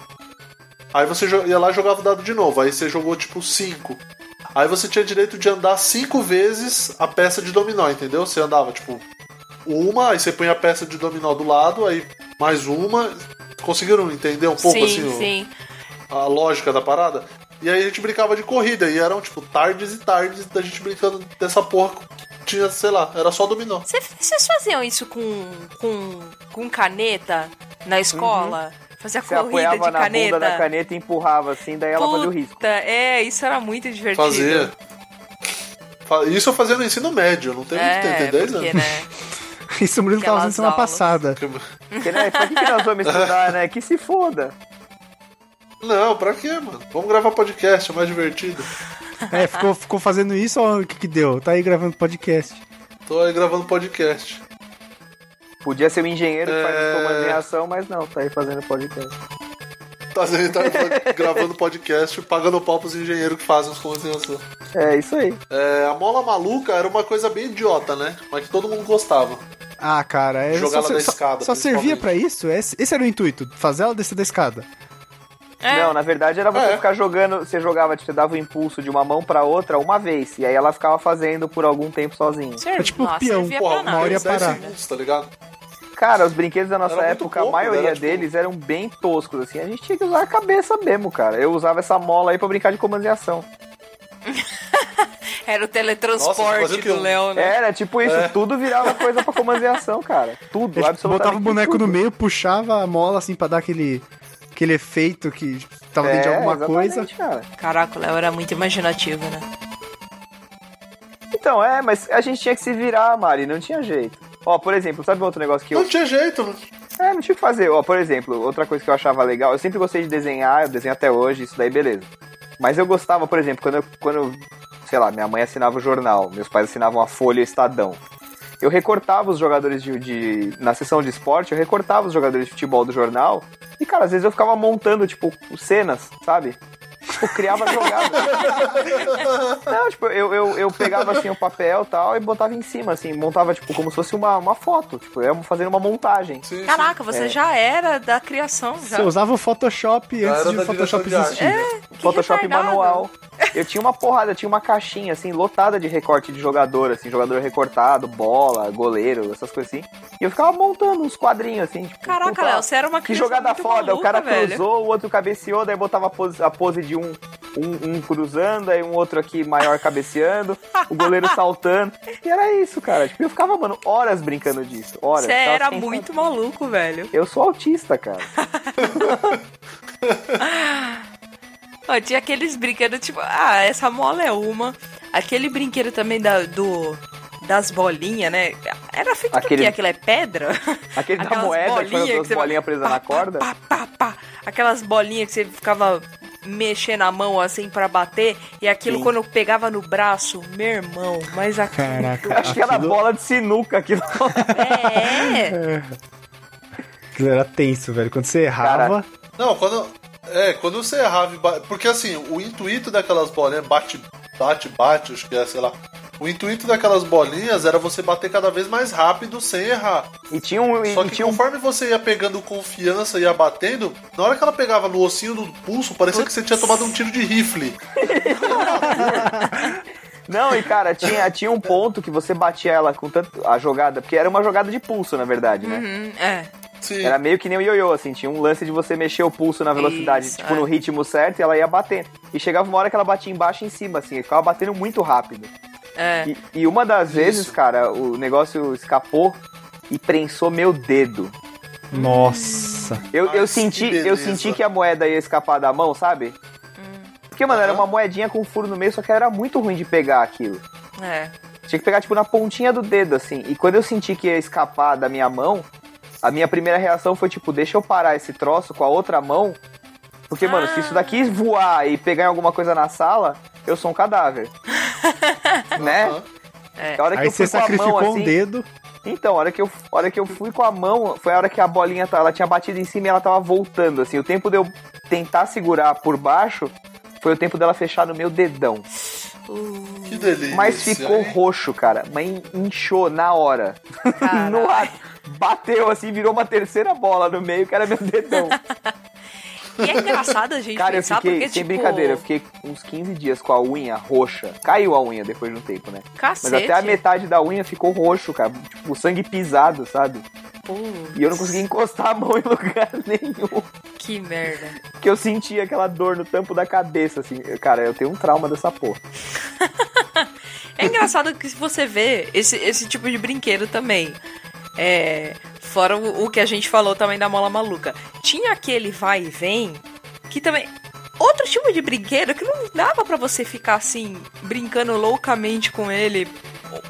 A: Aí você jo- ia lá e jogava o dado de novo. Aí você jogou tipo 5. Aí você tinha direito de andar cinco vezes a peça de dominó, entendeu? Você andava tipo uma, aí você põe a peça de dominó do lado, aí mais uma. Conseguiram entender um pouco
D: sim,
A: assim? o-
D: sim.
A: a lógica da parada. E aí a gente brincava de corrida, e eram, tipo, tardes e tardes da gente brincando dessa porra que tinha, sei lá, era só dominó.
D: Cê- Vocês faziam isso com, com, com caneta na escola? Fazia
B: Você
D: corrida
B: Uhum. apoiava
D: de
B: na
D: caneta?
B: bunda da caneta e empurrava assim, daí ela fazia o risco.
D: Puta, é, isso era muito divertido.
A: Fazia. Fa- Isso eu fazia no ensino médio, não tem muito tempo,
D: É,
A: tem 10
D: porque,
A: anos.
D: né?
C: Isso o Murilo tava fazendo
D: Aquelas
C: semana
D: aulas.
C: passada.
B: Porque, né, pra que, que nós vamos estudar, né? Que se foda.
A: Não, pra quê, mano? Vamos gravar podcast, é mais divertido.
C: É, ficou, ficou fazendo isso ou o que que deu? Tá aí gravando podcast.
A: Tô aí gravando podcast.
B: Podia ser um engenheiro que faz
A: É.
B: os comandos em ação, mas não, tá aí fazendo podcast.
A: Tá, a gente tá gravando podcast, pagando pau pros engenheiros que fazem os comandos de reação.
B: É isso aí.
A: É, a mola maluca era uma coisa bem idiota, né? Mas que todo mundo gostava.
C: Ah, cara, é
A: Jogar ela
C: só,
A: da
C: só-
A: escada,
C: só servia
A: principalmente.
C: pra isso? Esse, esse era o intuito, fazer ela descer da escada.
D: É.
B: Não, na verdade era você
A: É.
B: ficar jogando, você jogava, tipo, você dava o impulso de uma mão pra outra uma vez, e aí ela ficava fazendo por algum tempo sozinha.
D: Serve,
C: É tipo
D: nossa,
C: peão,
D: servia
A: Porra,
D: pra
A: uma hora
D: nada. né?
A: ia
C: ia
A: parar.
C: parar.
A: segundos, tá ligado?
B: Cara, os brinquedos da nossa
A: Era muito
B: época,
A: pouco,
B: a maioria
A: era, tipo-
B: deles eram bem toscos, assim. A gente tinha que usar a cabeça mesmo, cara. Eu usava essa mola aí pra brincar de comando e ação.
D: Era o
A: Nossa,
D: teletransporte
A: fazer o quê?
D: do Léo, né?
B: Era tipo isso,
A: É.
B: tudo virava coisa pra comando e ação, cara. Tudo,
C: Ele
B: absolutamente.
C: botava o boneco
B: tudo.
C: no meio, puxava a mola assim pra dar aquele, aquele efeito que tava dentro de
B: É,
C: alguma coisa.
B: exatamente, Cara.
D: Caraca, o Léo era muito imaginativo, né?
B: Então, é, mas a gente tinha que se virar, Mari, não tinha jeito. Ó, por exemplo, sabe outro negócio que eu
A: Não tinha jeito, mano.
B: É, não tinha o que fazer. Ó, por exemplo, outra coisa que eu achava legal, eu sempre gostei de desenhar, eu desenho até hoje, isso daí beleza. Mas eu gostava, por exemplo, quando eu, quando eu- sei lá, minha mãe assinava o jornal, meus pais assinavam a Folha e o Estadão. Eu recortava os jogadores de, de- Na sessão de esporte, eu recortava os jogadores de futebol do jornal. E, cara, às vezes eu ficava montando, tipo, cenas, sabe? Tipo, criava jogada. Não, tipo, eu, eu, eu pegava, assim, o papel e tal e botava em cima, assim. Montava, tipo, como se fosse uma, uma foto. Tipo, eu ia fazendo uma montagem.
A: Sim, sim.
D: Caraca, você
B: É.
D: já era da criação, já. É.
C: Você usava o Photoshop
A: Já
C: antes
A: era
C: de
A: da
C: o Photoshop
A: direção de
C: existir.
D: Que
B: Photoshop
D: retardado.
B: manual. Eu tinha uma porrada, eu tinha uma caixinha, assim, lotada de recorte de jogador, assim, jogador recortado, bola, goleiro, essas coisas assim. E eu ficava montando uns quadrinhos, assim, tipo,
D: Caraca,
B: puta,
D: Léo, você era uma
B: que
D: criança
B: jogada
D: muito
B: foda, o
D: maluca,
B: cara
D: velho.
B: cruzou, o outro cabeceou, daí botava a pose, a pose de um, um, um cruzando, aí um outro aqui maior cabeceando, o goleiro saltando. E era isso, cara. Tipo, eu ficava, mano, horas brincando disso. Horas.
D: Você
B: Ficava
D: era
B: sem-
D: muito maluco, velho.
B: Eu sou autista, cara.
D: Ó, tinha aqueles brinquedos, tipo, ah, essa mola é uma. Aquele brinquedo também da, do, das bolinhas, né? Era feito
B: Aquele-
D: do quê? Aquilo é pedra?
B: Aquele da
D: Aquelas
B: moeda, que foi as
D: bolinhas
B: duas
D: você-
B: bolinhas presas na
D: pá,
B: corda.
D: Pá, pá, pá. Aquelas bolinhas que você ficava mexendo a mão assim pra bater. E aquilo
B: Sim.
D: quando eu pegava no braço, meu irmão, mas a
C: Caraca,
B: Acho que era
C: aquilo-
B: bola de sinuca aquilo.
D: É,
C: aquilo era tenso, velho. Quando você errava,
A: Não, quando. É, quando você errava. e ba- Porque assim, o intuito daquelas bolinhas bate, bate, bate, acho que é, sei lá. O intuito daquelas bolinhas era você bater cada vez mais rápido sem errar.
B: E tinha um. E,
A: Só
B: e
A: que
B: tinha um
A: conforme você ia pegando confiança e ia batendo, na hora que ela pegava no ossinho do pulso, parecia que você tinha tomado um tiro de rifle.
B: Não, e cara, tinha, tinha um ponto que você batia ela com tanto. A jogada, porque era uma jogada de pulso, na verdade, né?
D: Hum, é.
A: Sim.
B: Era meio que nem o ioiô, assim, tinha um lance de você mexer o pulso na velocidade,
D: Isso,
B: tipo,
D: é.
B: no ritmo certo, e ela ia batendo. E chegava uma hora que ela batia embaixo e em cima, assim, e ficava batendo muito rápido.
D: É.
B: E, e uma das vezes,
A: Isso.
B: cara, o negócio escapou e prensou meu dedo.
C: nossa.
B: Eu, eu
A: Mas
B: senti,
A: que
B: eu
A: beleza.
B: senti que a moeda ia escapar da mão, sabe?
D: Hum.
B: Porque, mano, era uma moedinha com furo no meio, só que era muito ruim de pegar aquilo.
D: É.
B: Tinha que pegar, tipo, na pontinha do dedo, assim. E quando eu senti que ia escapar da minha mão, a minha primeira reação foi, tipo, deixa eu parar esse troço com a outra mão. Porque, mano, se isso daqui
C: Ah.
B: voar e pegar em alguma coisa na sala, eu sou um cadáver. né?
A: Aham.
B: A hora que
C: Aí
B: eu fui
C: você
B: com a
C: sacrificou
B: mão,
C: um
B: assim...
C: dedo.
B: Então, a hora, que eu, a hora que eu fui com a mão, foi a hora que a bolinha tá- ela tinha batido em cima e ela tava voltando, assim. O tempo de eu tentar segurar por baixo foi o tempo dela fechar no meu dedão.
A: Que delícia.
B: Mas ficou
A: hein?
B: roxo, cara. Mas in- inchou na hora.
D: Caralho.
B: no ar. Bateu assim, virou uma terceira bola no meio, que era meu dedão.
D: E é engraçado a gente
B: Cara, eu
D: pensar
B: fiquei,
D: porque,
B: sem
D: tipo...
B: brincadeira, eu fiquei uns 15 dias com a unha roxa. Caiu a unha depois de um tempo, né? Mas
D: Cacete.
B: até a metade da unha ficou roxo, cara. Tipo, sangue pisado, sabe?
D: Putz,
B: E eu não conseguia encostar a mão em lugar nenhum.
D: Que merda.
B: Porque eu sentia aquela dor no tampo da cabeça, assim. Cara, eu tenho um trauma dessa porra.
D: É engraçado que se você vê esse, esse tipo de brinquedo também. É, fora o, o que a gente falou também da mola maluca. Tinha aquele vai e vem, que também. Outro tipo de brinquedo que não dava pra você ficar assim, brincando loucamente com ele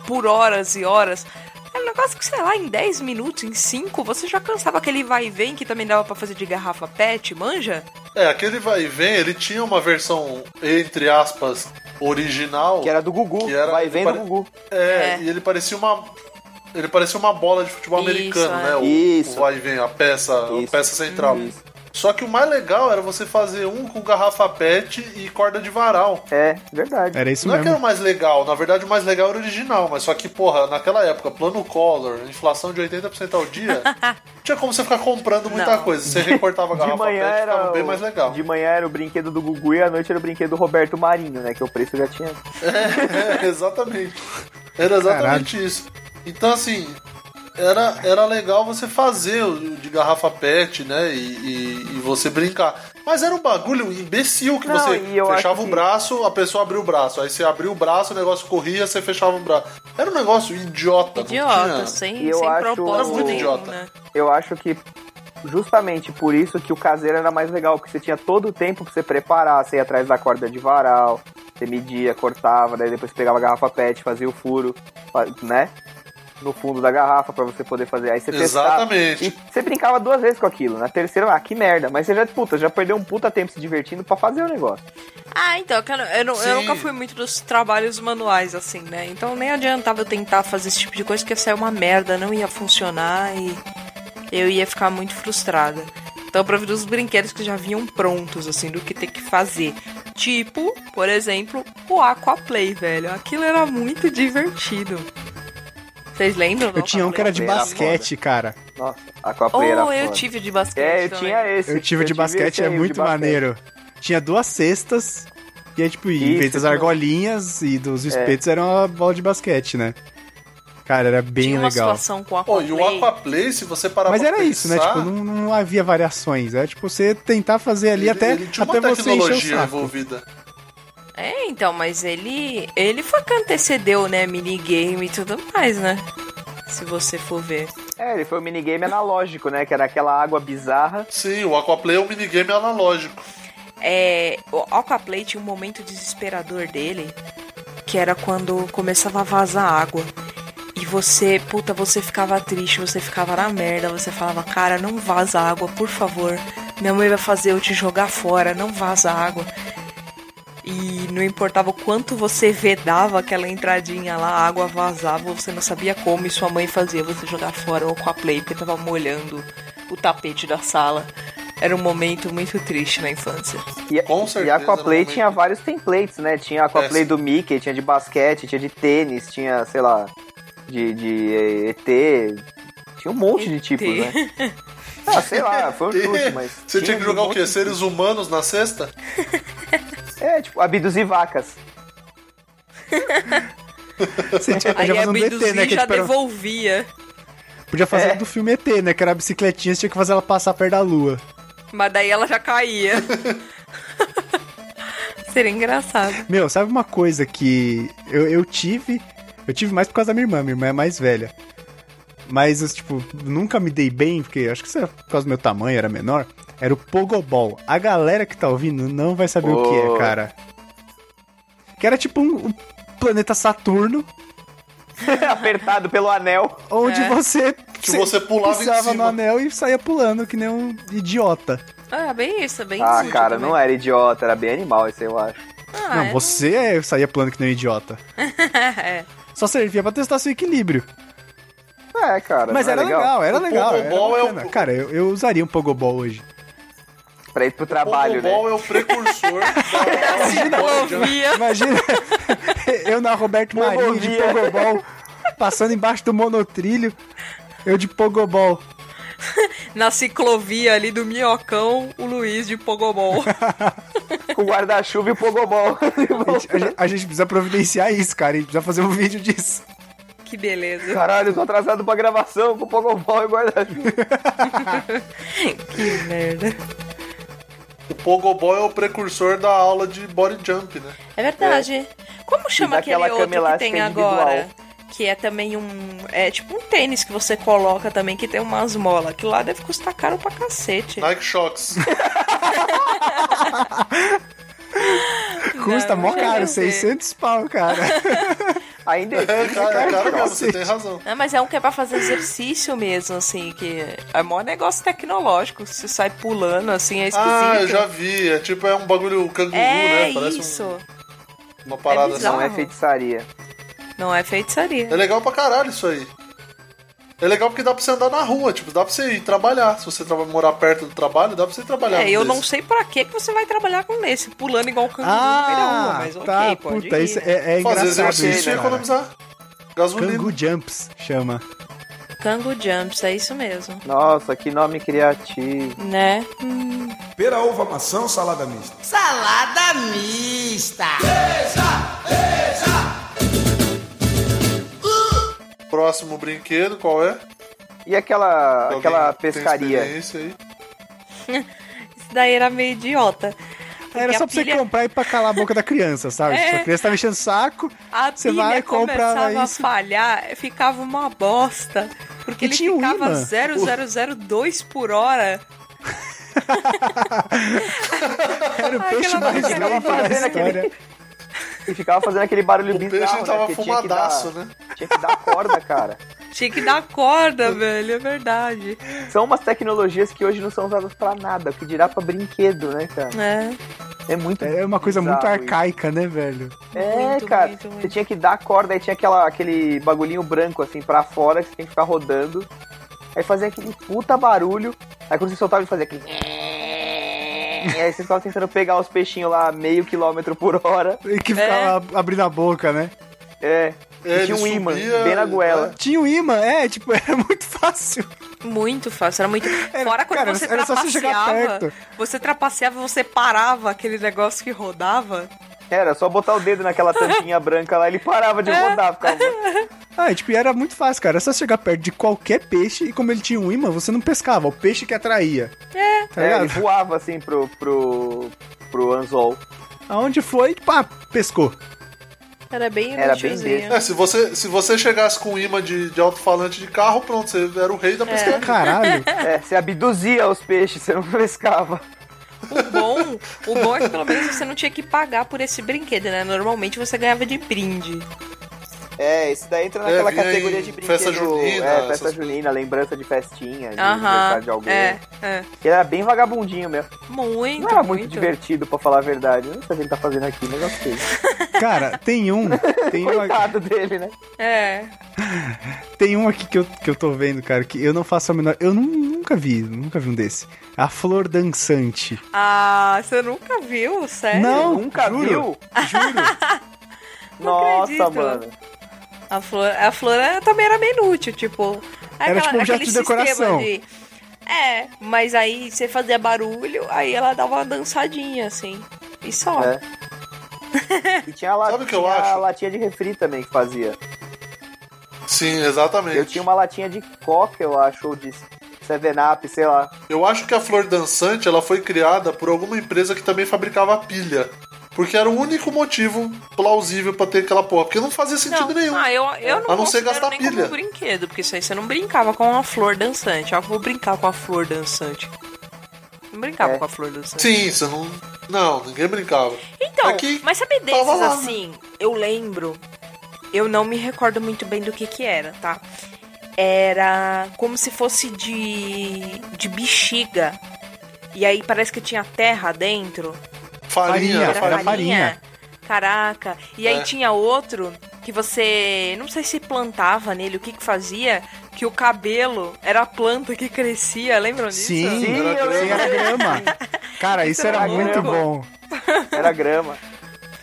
D: por horas e horas. Era um negócio que, sei lá, em 10 minutos, em 5, você já cansava aquele vai e vem que também dava pra fazer de garrafa pet, manja?
A: É, aquele vai e vem, ele tinha uma versão, entre aspas, original.
B: Que era do Gugu.
A: Que era-
B: vai e vem
A: pare-
B: do Gugu.
A: É,
D: É.
A: e ele parecia uma. Ele parecia uma bola de futebol
D: Isso,
A: americano,
D: é.
A: né? O,
B: Isso.
A: o vai e vem, a peça, a
B: Isso. Uhum.
A: peça central.
B: Isso.
A: Só que o mais legal era você fazer um com garrafa pet e corda de varal.
B: É, verdade.
C: Era isso
A: Não é que era
C: mesmo.
A: o mais legal, na verdade o mais legal era o original, mas só que, porra, naquela época, plano Collor, inflação de 80% ao dia, não tinha como você ficar comprando muita
D: Não.
A: coisa. Você recortava a
B: De
A: garrafa
B: manhã
A: pet,
B: era
A: ficava bem
B: o-
A: mais legal.
B: De manhã era o brinquedo do Gugu e à noite era o brinquedo do Roberto Marinho, né? Que o preço já tinha.
A: É, exatamente. Era exatamente isso. Então, assim, era, era legal você fazer o de garrafa pet, né? E, e- e você brincar. Mas era um bagulho imbecil que
B: Não,
A: você
B: e eu
A: fechava
B: acho
A: o
B: que-
A: braço, a pessoa abria o braço. Aí você abria o braço, o negócio corria, você fechava o braço. Era um negócio idiota. não
D: Idiota,
A: tinha-
D: sem,
B: Eu
D: sem
B: acho-
D: propósito
B: Era muito
D: nenhum,
A: idiota.
D: né?
B: Eu acho que justamente por isso que o caseiro era mais legal, porque você tinha todo o tempo pra você preparar, você ia atrás da corda de varal, você media, cortava, daí depois pegava a garrafa pet, fazia o furo, fa- né? No fundo da garrafa pra você poder fazer. Aí você testava.
A: Exatamente.
B: E você brincava duas vezes com aquilo. Na terceira, ah, que merda. Mas você já, puta, já perdeu um puta tempo se divertindo pra fazer o negócio.
D: Ah, então, cara, eu, não- eu
A: Sim.
D: nunca fui muito dos trabalhos manuais, assim, né? Então nem adiantava eu tentar fazer esse tipo de coisa, porque ia sair uma merda, não ia funcionar e eu ia ficar muito frustrada. Então eu prefiro os brinquedos que já vinham prontos, assim, do que ter que fazer. Tipo, por exemplo, o Aquaplay, velho. Aquilo era muito divertido. Vocês lembram? do
C: Eu tinha um que era de
B: Era foda.
C: basquete, cara.
B: Nossa, a copa
D: Aquaplay?
B: era
D: Oh, eu
B: foda.
D: tive de basquete.
B: É, eu
D: também.
B: tinha esse.
C: Eu tive de basquete,
B: esse aí,
C: é
B: o de
C: muito
B: basquete.
C: maneiro. Tinha duas cestas, e aí, tipo, em
B: Isso,
C: vez das
B: isso.
C: argolinhas e dos espetos, era uma bola de basquete, né? Cara, era bem
D: Tinha uma
C: legal.
D: situação com o
A: Pô,
D: Aquaplay.
A: e o Aquaplay, se você parar
C: Mas
A: pra
C: era isso, né?
A: pensar,
C: Tipo, não, não havia variações. Era tipo você tentar fazer ali
A: ele-
C: até,
A: ele tinha uma
C: até você encher o
A: tecnologia
C: saco.
A: envolvida.
D: É, então, mas ele ele foi que antecedeu, né, minigame e tudo mais, né? Se você for ver.
B: É, ele foi um minigame analógico, né? Que era aquela água bizarra.
A: Sim, o Aquaplay é um minigame analógico.
D: É, o Aquaplay tinha um momento desesperador dele, que era quando começava a vazar água. E você, puta, você ficava triste, você ficava na merda, você falava, cara, não vaza água, por favor. Minha mãe vai fazer eu te jogar fora, não vaza água. E não importava o quanto você vedava aquela entradinha lá, a água vazava, você não sabia como, e sua mãe fazia você jogar fora ou com a play, porque tava molhando o tapete da sala. Era um momento muito triste na infância.
B: E,
A: Com
B: e
A: certeza,
B: a Aquaplay
A: normalmente.
B: tinha vários templates, né? Tinha a Aquaplay
A: É, sim.
B: do Mickey, tinha de basquete, tinha de tênis, tinha, sei lá, de, de eh, ET. Tinha um monte de tipos,
D: ET.
B: né? Ah, sei lá, foi um chute, mas. um
A: Você tinha que jogar o quê? Seres humanos na cesta?
B: É, tipo, abduzir vacas.
C: Você tinha,
D: Aí
C: podia fazer
D: a
C: um do ET, né?
D: Binduzinho
C: Que,
D: já
C: tipo, era-
D: devolvia,
C: podia fazer
B: É.
C: do filme ET, né? Que era a bicicletinha, você tinha que fazer ela passar perto da lua.
D: mas daí ela já caía. Seria engraçado.
C: Meu, sabe uma coisa que eu, eu tive? Eu tive mais por causa da minha irmã, minha irmã é mais velha. Mas eu, tipo, nunca me dei bem, porque acho que isso era por causa do meu tamanho, era menor. Era o Pogobol. A galera que tá ouvindo não vai saber o que
B: Pô.
C: é, cara. Que era tipo um, um planeta Saturno,
B: Apertado pelo anel.
C: onde
D: É.
C: você,
A: Que você pulava em
C: pisava no
A: cima.
C: anel e saía pulando que nem um idiota.
D: Ah, bem isso, bem
B: Ah,
D: isso.
B: cara, não era idiota, era bem animal esse, eu acho.
D: Ah,
C: não, você é- saía pulando que nem um idiota.
D: É.
C: Só servia pra testar seu equilíbrio.
B: É, cara.
C: Mas
B: não é
C: era legal, era
A: O
C: legal. era
A: Pogobol é o-
C: bacana. Cara, eu, eu usaria um Pogobol hoje.
B: Pra ir pro trabalho,
A: o Pogobol
B: né?
A: é o precursor
C: Tá
A: da
D: Devolvia.
C: Imagina eu na Roberto Marinho de
B: Pogobia.
C: Pogobol, passando embaixo do monotrilho, eu de Pogobol.
D: Na ciclovia ali do Minhocão, o Luiz de Pogobol.
B: Com guarda-chuva e o pogobol.
C: A gente, a gente- a gente precisa providenciar isso, cara. A gente precisa fazer um vídeo disso.
D: que beleza.
B: Caralho, eu tô atrasado pra gravação com o pogobol e guarda-chuva.
D: que merda.
A: O Pogobol é o precursor da aula de body jump, né?
D: É verdade. Como chama
B: E
D: aquele
B: daquela
D: outro
B: cama
D: que tem
B: elástica é individual.
D: agora? Que é também um. É tipo um tênis que você coloca também, que tem umas molas. Que lá deve custar caro pra cacete.
A: Nike Shox.
C: Custa
D: Não,
C: mó
D: não sei
C: caro,
D: dizer.
C: 600 pau, cara.
B: Ainda
A: É,
B: existe,
A: cara, é
C: pra
A: cara mesmo, você
C: cacete.
A: tem razão.
D: Não, mas é um que é pra fazer exercício mesmo, assim, que é mó negócio tecnológico. Você sai pulando, assim, é esquisito.
A: Ah, eu já vi. É tipo, é um bagulho canguru,
D: É
A: né? Parece um-
D: isso.
A: uma parada assim.
B: né?
D: É bizarro.
B: não é feitiçaria.
D: Não é feitiçaria.
A: É legal pra caralho isso aí. É legal porque dá pra você andar na rua, tipo, dá pra você ir trabalhar. Se você traba- morar perto do trabalho, dá pra você ir trabalhar.
D: É,
A: num
D: eu
A: desses.
D: não sei pra que que você vai trabalhar com esse, pulando igual um canguru no meio da rua,
C: Ah,
D: mas
C: tá,
D: ok, pode
C: puta,
D: ir,
C: isso
D: né?
C: é, é
A: Fazer
C: engraçado
A: exercício
C: isso,
A: e
C: cara.
A: economizar gasolina.
C: Cangu Jumps chama.
D: Cango Jumps, é isso mesmo.
B: Nossa, que nome criativo.
D: Né?
G: Pera, ova, maçã, salada mista.
E: Salada mista.
A: Próximo brinquedo, qual é?
B: E aquela,
A: Alguém
B: aquela
A: tem
B: pescaria?
A: experiência aí?
D: Isso daí era meio idiota.
C: Era
D: Porque
C: só
D: a
C: pra você
D: pilha-
C: comprar e pra calar a boca da criança, sabe?
D: É.
C: Se a criança tá mexendo o saco,
D: A
C: você
D: pilha
C: vai e compra
D: começava a
C: isso.
D: falhar, ficava uma bosta. Porque
C: E
D: ele
C: tinha o
D: ficava
C: imã.
D: 0002 por hora.
C: Era o
D: Ai,
C: peixe
D: aquela
C: mais
D: boca
C: novo da
D: fazendo
C: história.
B: E ficava fazendo aquele barulho
A: O
B: bizarro,
A: peixe
B: né?
A: tava
B: Porque tinha que dar-
A: fumadaço, né?
B: Tinha que dar corda, cara.
D: Tinha que dar corda, velho, é verdade.
B: São umas tecnologias que hoje não são usadas pra nada, o que dirá pra brinquedo, né, cara?
D: É.
B: É muito
C: É uma coisa muito
B: bizarro isso.
C: arcaica, né, velho?
B: É,
D: Muito,
B: cara,
D: muito, muito.
B: você tinha que dar a corda, aí tinha aquela, aquele bagulhinho branco assim pra fora que você tem que ficar rodando. Aí fazia aquele puta barulho. Aí quando você soltava, ele fazia aquele. e aí você ficava tentando pegar os peixinhos lá meio quilômetro por hora.
C: E
D: É.
C: que ficava abrindo a boca, né?
B: É.
A: É,
B: E tinha
A: ele
B: um imã
A: subia, né?
B: bem na goela.
C: Tinha o imã, é, tipo, era muito fácil.
D: Muito fácil, era muito. Fora quando
C: cara,
D: você
C: era só você chegar
D: trapaceava.
C: perto.
D: Você trapaceava, você parava aquele negócio que rodava.
B: Era só botar o dedo naquela tampinha branca lá, ele parava de rodar, ficava.
D: É.
B: um-
C: Ah, e, tipo, era muito fácil, cara. Era só chegar perto de qualquer peixe e como ele tinha um imã, você não pescava, o peixe que atraía. É. Tá
B: É, ele
C: ligado?
B: voava assim pro, pro, pro anzol.
C: Aonde foi, pá, pescou.
D: Era bem
B: Era bem
D: inutilzinho.
A: É, se você, se você chegasse com um imã de, de alto-falante de carro, pronto, você era o rei da pescaria.
C: Caralho.
B: É, você abduzia os peixes, você não pescava.
D: O bom, o bom é que pelo menos você não tinha que pagar por esse brinquedo, né? Normalmente você ganhava de brinde.
B: É, esse daí entra
A: É,
B: naquela
A: vinha
B: categoria
A: em
B: de brinquedo.
A: festa junina,
B: é, festa
A: essas
B: junina, lembrança de festinha, de
D: Aham.
B: aniversário de alguém.
D: É, é.
B: Ele era bem vagabundinho mesmo.
D: Muito,
B: Não
C: Ah,
B: era muito,
D: muito.
B: divertido, pra falar a verdade. Não sei o que ele tá fazendo aqui, mas gostei.
C: Cara, tem um. Tem um,
B: Coitado dele, né?
D: É.
C: tem um aqui que eu, que eu tô vendo, cara, que eu não faço a menor. Eu nu- nunca vi, nunca vi um desse. A flor dançante.
D: Ah, você nunca viu? Sério?
C: Não,
B: Nunca
C: juro,
B: viu?
C: Juro.
D: Não
B: Nossa,
D: acredito.
B: mano.
D: A flor, a flor é- também era meio inútil, tipo. é
C: Era tipo um jato
D: aquele
C: de
D: sistema
C: decoração.
D: de- É, mas aí você fazia barulho, aí ela dava uma dançadinha, assim. E só.
B: É. E tinha a,
A: Sabe o
B: latinha,
A: que eu acho?
B: latinha de refri também que fazia.
A: Sim, exatamente.
B: Eu tinha um- uma latinha de coca, eu acho, ou de Seven Up, sei lá.
A: Eu acho que a flor dançante ela foi criada por alguma empresa que também fabricava pilha. Porque era o único motivo plausível pra ter aquela porra. Porque não fazia sentido
D: Não,
A: nenhum.
D: ah, eu, eu não,
A: A não ser
D: considero
A: gastar
D: nem
A: pilha.
D: como brinquedo, porque isso aí você não brincava com a flor dançante. Ah, vou brincar com a flor dançante. Não brincava
B: É.
D: com a flor dançante.
A: Sim, você não. Não, ninguém brincava.
D: Então,
A: Aqui,
D: mas sabe
A: tava
D: desses
A: lá, né?
D: assim, eu lembro, eu não me recordo muito bem do que que era, tá? Era como se fosse de, de bexiga. E aí parece que tinha terra dentro.
A: Farinha,
C: Farinha,
A: era
D: Era
A: farinha.
D: farinha.
C: farinha.
D: Caraca. E aí
A: É.
D: tinha outro que você. Não sei se plantava nele, o que que fazia. Que o cabelo era a planta que crescia, lembram disso?
C: Sim,
B: Sim,
A: era
B: eu
A: grama.
C: sim, era
B: lembro.
C: grama. Cara, isso era
D: era
C: muito
D: louco.
C: bom.
B: Era grama.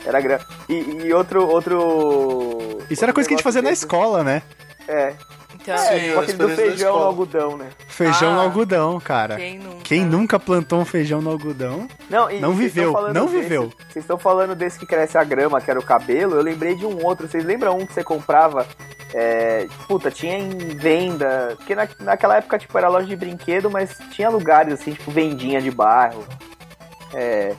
B: Era grama. E, e outro, outro.
C: Isso era coisa que a gente fazia na escola, né?
B: escola. É.
D: Então,
A: Sim.
B: Com aquele do
A: experiência da
B: feijão no
A: escola.
B: algodão, né?
C: Feijão no
D: Ah,
C: algodão, cara.
D: quem nunca?
C: Quem nunca plantou um feijão no algodão?
B: Não, e
C: Não
B: vocês
C: viveu,
B: tão falando
C: não
B: desse-
C: viveu.
B: Vocês estão falando desse que cresce a grama, que era o cabelo. Eu lembrei de um outro. Vocês lembram um que você comprava? É, puta, tinha em venda. Porque na, naquela época, tipo, era loja de brinquedo, mas tinha lugares assim, tipo, vendinha de bairro. É.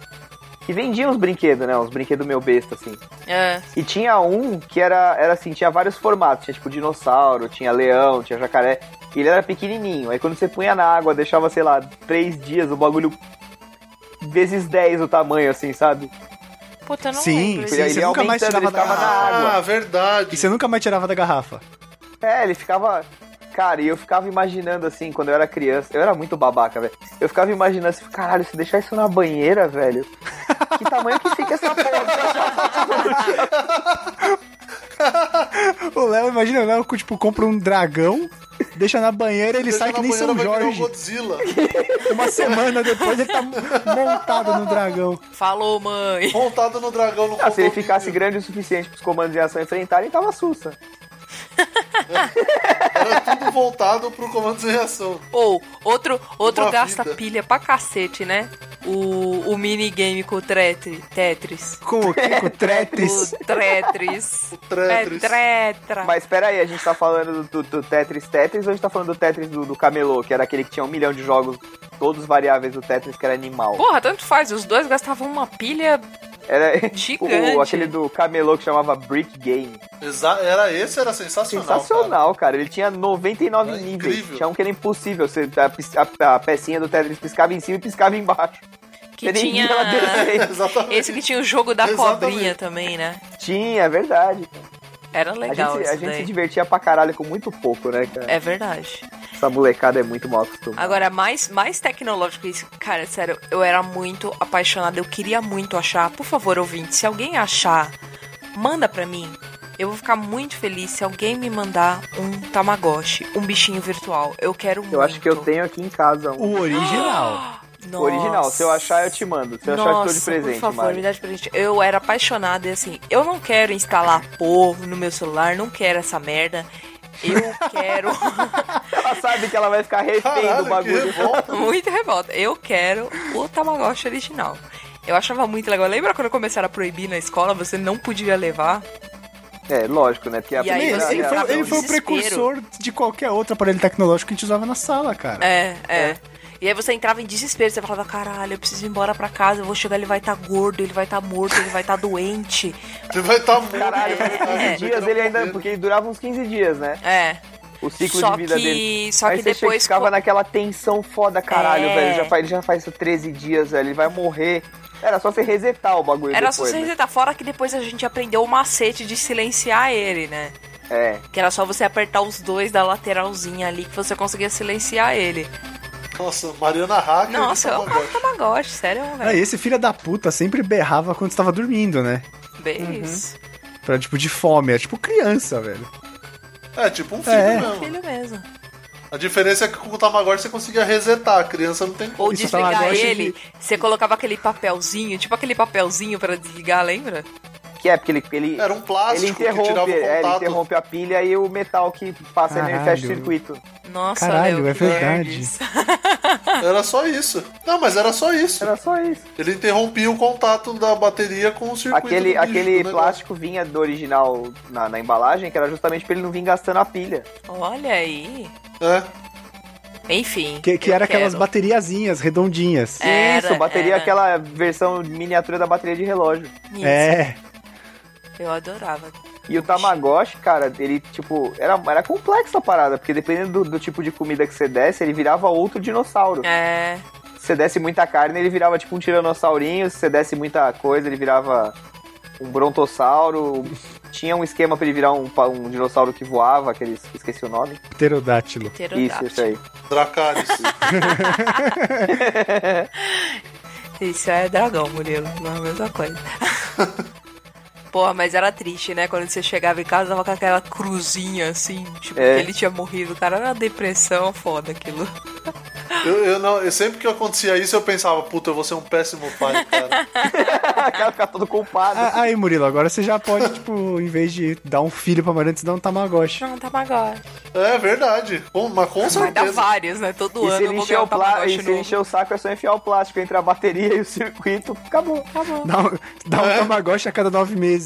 B: Que vendia uns brinquedos, né? Uns brinquedos meu besta, assim.
D: é.
B: E tinha um que era, era assim, tinha vários formatos. Tinha tipo dinossauro, tinha leão, tinha jacaré. E ele era pequenininho. Aí quando você punha na água, deixava, sei lá, três dias, o bagulho vezes 10 o tamanho, assim, sabe?
D: Puta, eu não
C: Sim,
D: lembro.
C: sim,
B: Ele-
C: você
B: ele
C: nunca mais
B: aumentando,
C: tirava
B: ele
C: da
B: ficava
C: garrafa.
B: na água.
A: Ah,
C: E
A: verdade.
C: você nunca mais tirava da garrafa.
B: É, ele ficava... Cara, e eu ficava imaginando, assim, quando eu era criança... Eu era muito babaca, velho. Eu ficava imaginando, assim, caralho, se deixar isso na banheira, velho... Que tamanho que fica essa porra?
C: O Léo, imagina, o Léo, tipo, compra um dragão Deixa na banheira, ele
A: Deixa
C: sai que
A: na
C: nem
A: banheira,
C: São
A: vai um virar o
C: Jorge.
A: Godzilla.
C: Uma semana depois ele tá montado no dragão.
D: Falou, mãe.
A: Montado no dragão no
B: Ah, se ele
A: condomínio.
B: ficasse grande o suficiente pros comandos de ação enfrentarem, tava sussa.
A: Era tudo voltado pro comando de reação.
D: Ou, outro, outro
A: Uma
D: gasta
A: vida.
D: pilha pra cacete, né? O, o minigame com o Tretri, Tetris.
C: Com o quê? Com o Tretris.
D: O Tretris.
A: Tetris.
D: É Tretra.
B: Mas espera aí, a gente tá falando do, do- do Tetris Tetris ou a gente tá falando do Tetris do, do Camelô, que era aquele que tinha um milhão de jogos, todos variáveis do Tetris, que era animal.
D: Porra, tanto faz. Os dois gastavam uma pilha.
B: Era
D: Gigante.
B: o, aquele do Camelô que chamava Brick Game.
A: Exa- era esse, era sensacional. cara.
B: Sensacional, cara. Ele tinha 99
A: Era
B: níveis.
A: incrível.
B: Tinha um que era impossível. Você, a, pis- a- a pecinha do Tetris piscava em cima e piscava embaixo.
D: Que
B: Você nem
D: tinha.
B: via ela descer.
A: Exatamente.
D: Esse que tinha o jogo da
A: Exatamente.
D: cobrinha também, né?
B: Tinha, é verdade.
D: Era legal
B: a gente,
D: isso
B: a gente se
D: daí.
B: divertia pra caralho com muito pouco, né, cara?
D: É verdade.
B: Essa molecada é muito mal acostumada.
D: Agora, mais, mais tecnológico isso. Cara, sério, eu era muito apaixonada. Eu queria muito achar. Por favor, ouvinte, se alguém achar, manda pra mim. Eu vou ficar muito feliz se alguém me mandar um Tamagotchi, um bichinho virtual. Eu quero é muito.
B: Eu acho que eu tenho aqui em casa um.
C: O original.
D: Nossa.
B: Original, se eu achar, eu te mando. Se eu achar, eu te dou de
D: Nossa,
B: presente,
D: Por favor,
B: Mari.
D: me dá de presente. Eu era apaixonada e assim, eu não quero instalar povo no meu celular, não quero essa merda. Eu quero.
B: Ela sabe que ela vai ficar refém
A: Caralho,
B: do
A: que
B: bagulho.
A: revolta.
D: Muito revolta. Eu quero o Tamagotchi original. Eu achava muito legal. Lembra quando começaram a proibir na escola? Você não podia levar?
B: É, lógico, né? Porque a
D: E aí,
B: primeira- um
C: Ele, ele
D: você
B: a-
D: entrava
C: foi, ele
D: no
C: foi o
D: desespero.
C: precursor de qualquer outro aparelho tecnológico que a gente usava na sala, cara.
D: É, é. E aí você entrava em desespero. Você falava, caralho, eu preciso ir embora pra casa. Eu vou chegar, ele vai estar gordo, ele vai estar morto, ele vai estar doente.
A: Ele vai estar muito.
B: Caralho,
A: cara.
B: fazia 15 dias ele ainda. Porque ele durava uns 15 dias, né?
D: É.
B: O ciclo
D: Só
B: de vida
D: que-
B: dele.
D: só
B: Aí
D: que
B: você chega e
D: depois
B: ficava
D: co-
B: naquela tensão foda, caralho,
D: É.
B: velho. Já faz, ele já faz isso 13 dias, velho. Ele vai morrer. Era só você resetar o bagulho
D: Era só
B: depois.
D: você
B: né?
D: resetar. Fora que depois a gente aprendeu o macete de silenciar ele, né?
B: É.
D: Que era só você apertar os dois da lateralzinha ali que você conseguia silenciar ele.
A: Nossa, Mariana Hacker.
D: Nossa,
A: do
D: eu amava
A: é Tamagotchi.
D: o Tamagotchi, sério,
C: Ah,
D: velho.
C: e esse filho da puta sempre berrava quando estava dormindo, né?
D: Bem isso.
C: Pra, tipo, de fome. É tipo criança, velho.
A: É tipo um filho
C: É.
A: mesmo.
D: Filho mesmo.
A: A diferença é que com o Tamagotchi você conseguia resetar. A criança não tem como.
D: Ou
C: Isso,
D: desligar
C: Tamagotchi
D: ele, você colocava aquele papelzinho, tipo aquele papelzinho pra desligar, lembra?
B: Que é, porque ele. ele...
A: Era um plástico
B: Ele
A: que tirava
B: interrompe,
A: o
B: é, ele
A: contato.
B: interrompe a pilha e o metal que passa nele
C: Caralho.
B: fecha o circuito.
D: Nossa,
C: Caralho,
D: Léo,
C: é
D: que
C: verdade.
D: nerds.
A: Era só isso. Não, mas era só isso.
B: Era só isso.
A: Ele interrompia o contato da bateria com o circuito. do né,
B: Aquele,
A: bicho, do
B: aquele
A: negócio.
B: plástico vinha do original na, na embalagem, que era justamente pra ele não vir gastando a pilha.
D: Olha aí.
A: É.
D: Enfim.
C: Que, que
D: eu
C: era aquelas
D: quero. É,
C: bateriazinhas redondinhas.
D: Era,
B: Isso, bateria,
D: era.
B: aquela versão miniatura da bateria de relógio.
D: Isso,
C: É.
D: Eu adorava.
B: E o Tamagotchi, cara, ele, tipo, era, era complexa a parada, porque dependendo do, do tipo de comida que você desse, ele virava outro dinossauro.
D: É.
B: Se você desse muita carne, ele virava, tipo, um tiranosaurinho. Se você desse muita coisa, ele virava um brontossauro. Tinha um esquema pra ele virar um, pa- um dinossauro que voava, aqueles, esqueci o nome.
C: Pterodátilo.
B: Isso,
D: Pterodáctilo.
B: isso aí.
A: Dracarys.
D: Isso é dragão, Murilo. Não é a mesma coisa. Porra, mas era triste, né? Quando você chegava em casa, tava com aquela cruzinha, assim, tipo,
B: É.
D: que ele tinha morrido. O cara era uma depressão foda aquilo.
A: Eu, eu não, eu- sempre que acontecia isso, eu pensava, puta, eu vou ser um péssimo pai, cara.
B: Cara, ficar todo culpado.
C: Ah, aí, Murilo, agora você já pode, tipo, em vez de dar um filho pra Mariana, você dá um Tamagotchi.
D: Não, Tamagotchi.
A: É verdade. Com, mas com
D: Vai dar
A: certeza.
D: vários, né? Todo
B: E se
D: ano eu
B: ele
D: vou
B: encher
D: ganhar um
B: o, pla...
D: Tamagotchi
B: e se ele
D: novo.
B: encher o saco, é só enfiar o plástico entre a bateria e o circuito. Acabou.
D: Acabou.
C: Dá um, dá
A: É.
C: um Tamagotchi a cada nove meses.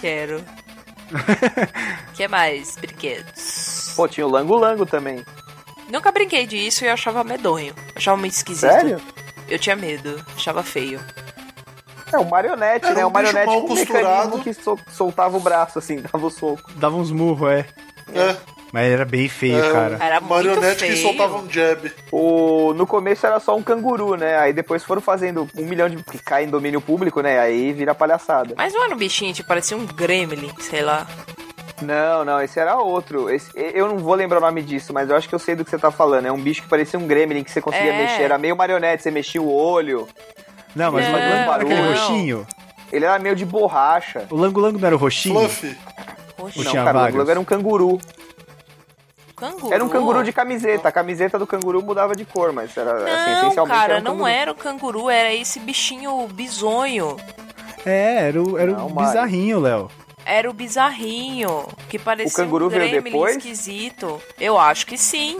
D: Quero. que mais? Brinquedos.
B: Pô, tinha o lango-lango também.
D: Nunca brinquei disso e eu achava medonho. Achava muito esquisito.
B: Sério?
D: Eu tinha medo. Achava feio.
B: É, o marionete,
A: Era
B: né?
A: um
B: O marionete
A: bicho
B: com
A: mal
B: um mecanismo
A: costurado.
B: que sol- soltava o braço, assim, dava o soco.
C: Dava uns murros, é.
A: É,
C: Mas era bem feio,
A: É,
C: cara.
D: Era Tá muito
A: marionete
D: feio.
A: que soltava um jab.
B: O... No começo era só um canguru, né? Aí depois foram fazendo um milhão de... que cai em domínio público, né? Aí vira palhaçada.
D: Mas não era um bichinho, tipo, parecia um gremlin, sei lá.
B: Não, não, esse era outro. Esse- Eu não vou lembrar o nome disso, mas eu acho que eu sei do que você tá falando. É um bicho que parecia um gremlin, que você conseguia
D: É.
B: mexer. Era meio marionete, você mexia o olho.
C: Não, mas
D: Não,
C: o Langolango era aquele
D: não.
C: roxinho.
B: Ele era meio de borracha.
C: O Langolango não era o roxinho?
A: Fluffy.
D: O Oxe.
C: Ou
B: Não,
C: tinha
B: cara, o
C: vários?
B: Globo era um canguru.
D: Canguru.
B: Era um canguru de camiseta. A camiseta do canguru mudava de cor, mas era assim,
D: Não,
B: essencialmente
D: cara,
B: era um
D: não é.
B: canguru.
D: era o canguru, era esse bichinho bizonho.
C: É, era o, era
B: Não,
C: o
B: Mário.
C: bizarrinho, Léo.
D: Era o bizarrinho, que parecia
B: canguru
D: um
B: veio
D: gremlin
B: depois?
D: esquisito. Eu acho que sim.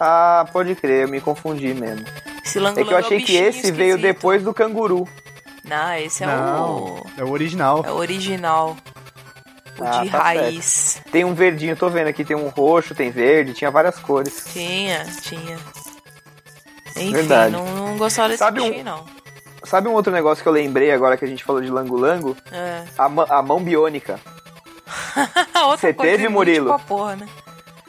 B: Ah, pode crer, eu me confundi mesmo.
D: Esse
B: É que eu achei que esse veio depois do canguru.
D: Não, esse
B: Então-
D: é
C: Não,
D: o.
C: é o original.
D: É o original. O
B: Ah,
D: de
B: tá
D: raiz.
B: Tem um verdinho, tô vendo aqui, tem um roxo, tem verde, tinha várias cores.
D: Tinha, tinha. Enfim,
B: Verdade.
D: não, não gostava desse
B: Sabe um-
D: bichinho, não.
B: Sabe um outro negócio que eu lembrei agora que a gente falou de langolango?
D: É.
B: A, ma- a mão biônica.
D: Outra
B: Você
D: coisa
B: teve,
D: inútil
B: Murilo?
D: pra porra, né?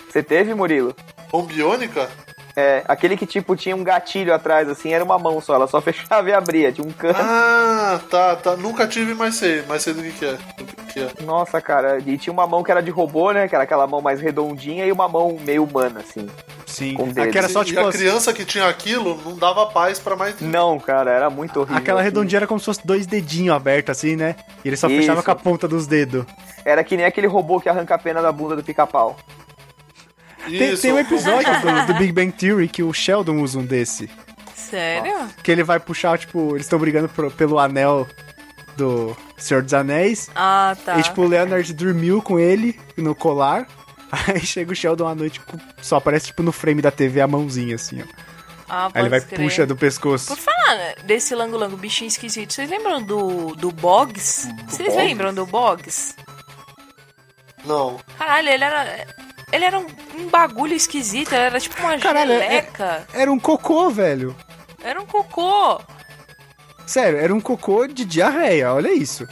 B: Você teve, Murilo?
A: Mão biônica?
B: É, aquele que tipo tinha um gatilho atrás, assim, era uma mão só, ela só fechava e abria, tinha um canto.
A: Ah, tá, tá. Nunca tive, mas sei. Mas sei do que, que é. Do que que é.
B: Nossa, cara, e tinha uma mão que era de robô, né? Que era aquela mão mais redondinha e uma mão meio humana, assim.
C: Sim.
B: Com
C: Aquela era
B: dedos.
C: só,
A: E
C: tipo,
A: a
C: as-
A: criança que tinha aquilo não dava paz pra mais.
B: Não, cara, era muito horrível.
C: aquela
B: assim.
C: redondinha era como se fosse dois dedinhos abertos, assim, né? E ele só fechava
B: Isso.
C: com a ponta dos dedos.
B: Era que nem aquele robô que arranca a pena da bunda do pica-pau.
C: Tem,
A: Isso,
C: tem um episódio do, do Big Bang Theory que o Sheldon usa um desse.
D: Sério?
C: Que ele vai puxar, tipo, eles estão brigando pro- pelo anel do Senhor dos Anéis.
D: Ah, tá.
C: E, tipo, o Leonard dormiu com ele no colar. Aí chega o Sheldon à noite, tipo, só aparece, tipo, no frame da TV a mãozinha, assim, ó.
D: ah,
C: Aí ele
D: pode
C: vai
D: crer.
C: puxa do pescoço.
D: Por falar desse lango-lango, bichinho esquisito, vocês lembram do, do Boggs? Vocês
B: Boggs?
D: lembram do Boggs?
A: Não.
D: Caralho, ele era... Ele era um, um bagulho esquisito, ele era tipo uma
C: Caralho, é-
D: geleca.
C: Era um cocô, velho.
D: Era um cocô.
C: Sério, era um cocô de diarreia, olha isso.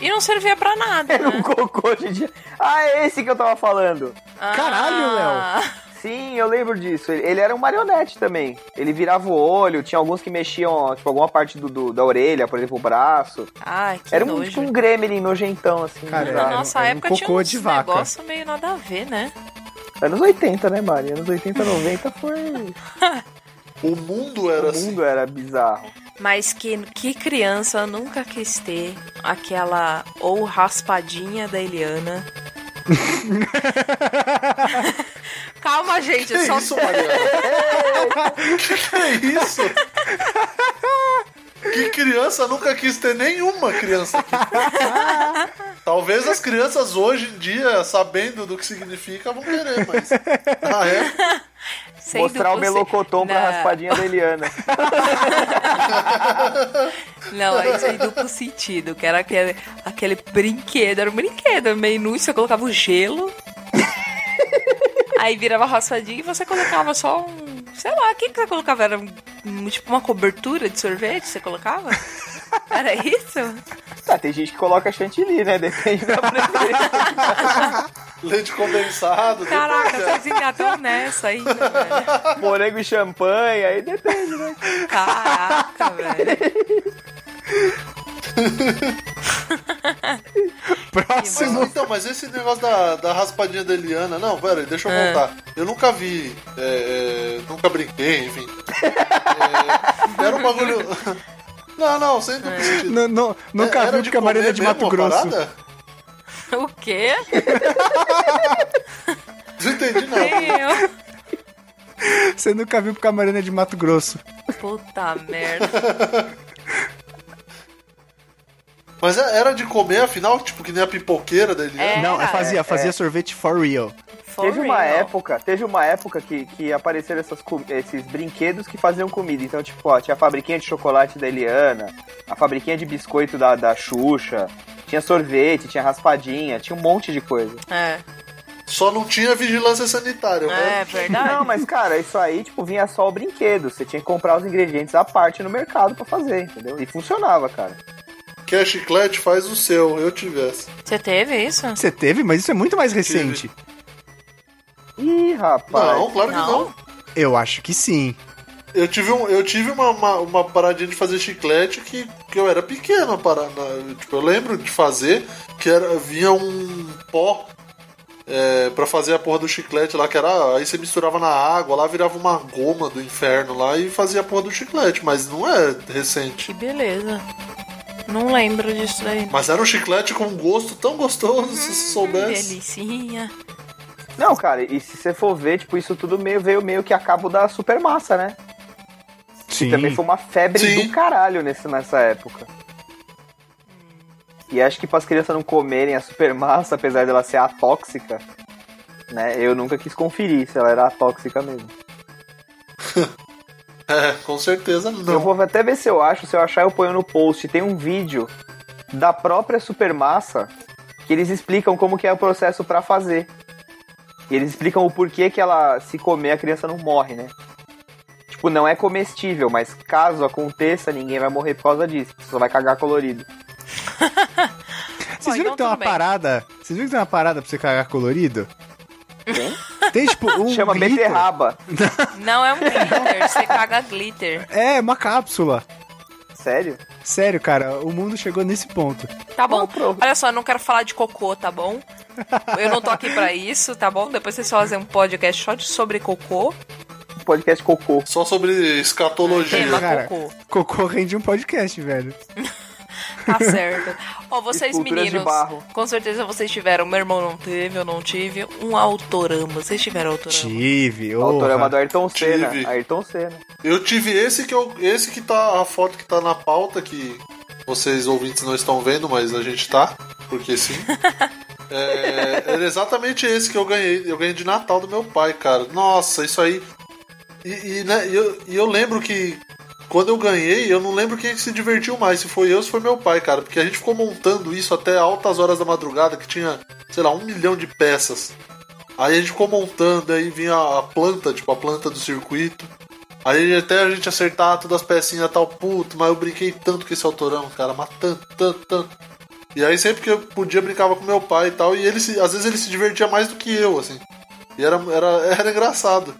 D: E não servia pra nada,
B: Era
D: né?
B: um cocô de dia. Ah, é esse que eu tava falando.
C: Caralho,
D: Ah,
B: Sim, eu lembro disso. Ele, ele era um marionete também. Ele virava o olho, tinha alguns que mexiam, tipo, alguma parte do, do- da orelha, por exemplo, o braço.
D: Ai, que
B: era um,
D: nojo.
B: tipo um gremlin nojentão, assim.
C: Cara,
B: bizarro.
D: Na
C: era um-
D: nossa
C: era um
D: época tinha
C: cocô
D: uns
C: de vaca.
D: negócio meio nada a ver, né?
B: Anos 80, né, Mari? Anos 80, 90 foi...
A: O mundo era
B: O
A: assim.
B: mundo era bizarro.
D: Mas que, que criança nunca quis ter aquela ou raspadinha da Eliana. Calma, gente,
A: Que
D: só
A: É isso, Mariana? que isso? É. Que criança nunca quis ter nenhuma criança. Talvez as crianças hoje em dia, sabendo do que significa, vão querer, mas. Ah, é?
D: sendo
B: Mostrar o
D: você-
B: melocotom pra
D: Na-
B: raspadinha da Eliana.
D: Não, aí isso aí duplo sentido, que era aquele, aquele brinquedo, era um brinquedo, era meio nu, você colocava o gelo. aí virava raspadinha e você colocava só um. Sei lá, o que, que você colocava? Era um- um- tipo uma cobertura de sorvete? Você colocava? Era isso?
B: Ah, tem gente que coloca chantilly, né? Depende da preferência.
A: Leite condensado.
D: Caraca,
A: depois é-
D: vocês engatam nessa ainda, velho.
B: Morango e champanhe, aí depende, né?
D: Caraca, velho.
A: Mas, então, mas esse negócio da, da raspadinha da Eliana, não, pera, deixa eu voltar. Eu nunca vi, é, é, nunca brinquei, enfim. É, era um bagulho. Não, não, sem duplo sentido.
C: Não, não, nunca
A: Era
C: vi porque a Marina é
A: comer
C: de Mato
A: mesmo a
C: Grosso.
A: parada?
D: O quê?
A: Não entendi nada.
D: Eu.
C: Você nunca viu porque a Marina é de Mato Grosso.
D: Puta merda.
A: Mas é- era de comer, afinal, tipo, que nem a pipoqueira né? da Eliana.
D: É,
C: não, é, fazia,
B: é,
C: fazia sorvete for real.
D: For
B: Teve uma
D: real.
B: época, teve uma época que, que apareceram essas co- esses brinquedos que faziam comida. Então, tipo, ó, tinha a fabriquinha de chocolate da Eliana, a fabriquinha de biscoito da, da Xuxa, tinha sorvete, tinha raspadinha, tinha um monte de coisa.
D: É,
A: Só não tinha vigilância sanitária.
D: é
A: né?
D: verdade.
B: Não, mas cara, isso aí, tipo, vinha só o brinquedo. Você tinha que comprar os ingredientes à parte no mercado pra fazer, entendeu? E funcionava, cara.
A: Quer é chiclete, faz o seu, eu tivesse.
D: Você teve isso?
C: Você teve, mas isso é muito mais recente.
B: Ih, rapaz.
A: Não, claro que não.
D: Não?
C: Eu acho que sim.
A: Eu tive, um, eu tive uma, uma, uma paradinha de fazer chiclete que, que eu era pequeno. Para, na- tipo, eu lembro de fazer que era, vinha um pó é, para fazer a porra do chiclete lá, que era. Aí você misturava na água, lá virava uma goma do inferno lá e fazia a porra do chiclete, mas não é recente.
D: Que beleza. Não lembro disso daí.
A: Mas era um chiclete com um gosto tão gostoso, se você soubesse.
D: Delicinha.
B: Não, cara, e se você for ver, tipo, isso tudo meio, veio meio que a cabo da supermassa, né?
C: Sim.
B: Também foi uma febre
A: Sim.
B: do caralho nesse, nessa época. E acho que para as crianças não comerem a supermassa, apesar dela ser a tóxica, né? Eu nunca quis conferir se ela era a tóxica mesmo.
A: É, com certeza não.
B: Eu vou até ver se eu acho, se eu achar eu ponho no post. Tem um vídeo da própria supermassa que eles explicam como que é o processo pra fazer. E eles explicam o porquê que ela se comer a criança não morre, né? Tipo, não é comestível, mas caso aconteça, ninguém vai morrer por causa disso. Só vai cagar colorido.
D: Bom,
B: um
C: Vocês viram
D: então
C: que tem uma
D: tudo bem.
C: parada? Vocês viram que tem uma parada pra você cagar colorido?
B: Tem?
C: Tem tipo um.
B: Chama
C: glitter.
B: beterraba.
D: Não é um glitter, você caga glitter.
C: É, uma cápsula.
B: Sério?
C: Sério, cara, o mundo chegou nesse ponto.
D: Tá bom?
B: pronto.
D: Olha só, eu não quero falar de cocô, tá bom? Eu não tô aqui pra isso, tá bom? Depois vocês fazem um podcast só de- sobre cocô.
B: Podcast cocô.
A: Só sobre escatologia.
D: Tema
C: Cara.
D: cocô.
C: Cocô rende um podcast, velho.
D: Tá certo. Ó, vocês
B: Esculturas de
D: meninos,
B: barro.
D: com certeza vocês tiveram, meu irmão não teve, eu não tive, um autorama. Vocês tiveram autorama?
C: Tive,
B: O autorama do
C: orra.
B: Ayrton Senna.
A: Tive.
B: Ayrton Senna.
A: Eu tive esse que eu, esse que tá a foto que tá na pauta que vocês ouvintes não estão vendo, mas a gente tá, porque sim. É, era exatamente esse que eu ganhei, eu ganhei de Natal do meu pai, cara. Nossa, isso aí. E, e, né, e eu, e eu lembro que quando eu ganhei, eu não lembro quem é que se divertiu mais, se foi eu ou se foi meu pai, cara, porque a gente ficou montando isso até altas horas da madrugada, que tinha, sei lá, um milhão de peças. Aí a gente ficou montando, aí vinha a planta, tipo a planta do circuito. Aí até a gente acertar todas as pecinhas e tal, puto, mas eu brinquei tanto com esse autorão, cara, mas tanto, tanto, tanto. E aí sempre que eu podia brincava com meu pai e tal, e ele se- às vezes ele se divertia mais do que eu, assim. E era, era, era engraçado.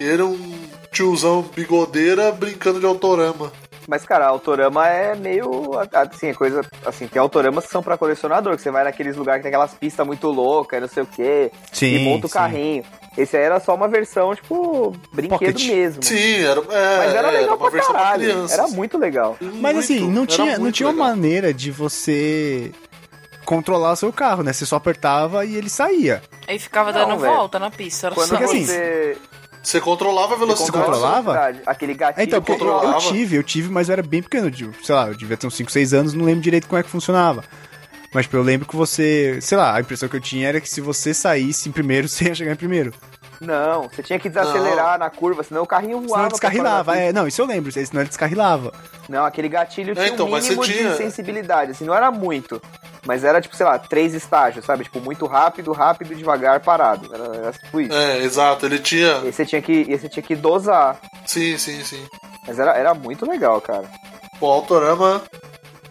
A: Ele era um tiozão bigodeira brincando de autorama.
B: Mas, cara, autorama é meio. Assim, é coisa. Assim, tem autoramas que são pra colecionador, que você vai naqueles lugares que tem aquelas pistas muito loucas, não sei o quê,
C: Sim,
B: e monta o
C: sim.
B: carrinho. Esse aí era só uma versão, tipo, brinquedo
C: Pocket.
B: mesmo.
A: Sim, era, é,
B: Mas era legal
A: uma
B: pra
A: versão pra
B: caralho.
A: criança. assim.
B: Era muito legal.
C: Mas assim, não tinha, não tinha uma
A: uma
C: maneira de você controlar o seu carro, né? Você só apertava e ele saía.
D: Aí ficava
B: Não,
D: dando
B: velho.
D: volta na pista. Era
B: Quando
D: só
C: Porque, assim,
B: você.
A: Você controlava a velocidade.
B: controla a
C: controlava?
B: velocidade, Aquele gatilho.
C: É, então,
B: que
C: porque eu,
A: controlava.
C: eu tive, eu tive, mas eu era bem pequeno, de- sei lá, eu devia ter uns 5, 6 anos, não lembro direito como é que funcionava. Mas tipo, eu lembro que você, sei lá, a impressão que eu tinha era que se você saísse em primeiro, você ia chegar em primeiro.
B: Não, você tinha que desacelerar na curva, senão o carrinho voava.
C: Senão
B: pra
C: descarrilava.
B: fora da
C: É, não, isso eu lembro, senão ele descarrilava.
B: pista. Não, aquele gatilho tinha
A: então,
B: um
A: mas você
B: mínimo
A: tinha-
B: de sensibilidade. Assim, não era muito. Mas era, tipo, sei lá, três estágios, sabe? Tipo, muito rápido, rápido, devagar, parado. Era, era tipo isso.
A: É, exato, ele
B: E
A: tinha.
B: aí você tinha que, e aí você tinha que dosar.
A: Sim, sim, sim.
B: Mas era, era muito legal, cara.
A: Pô, Autorama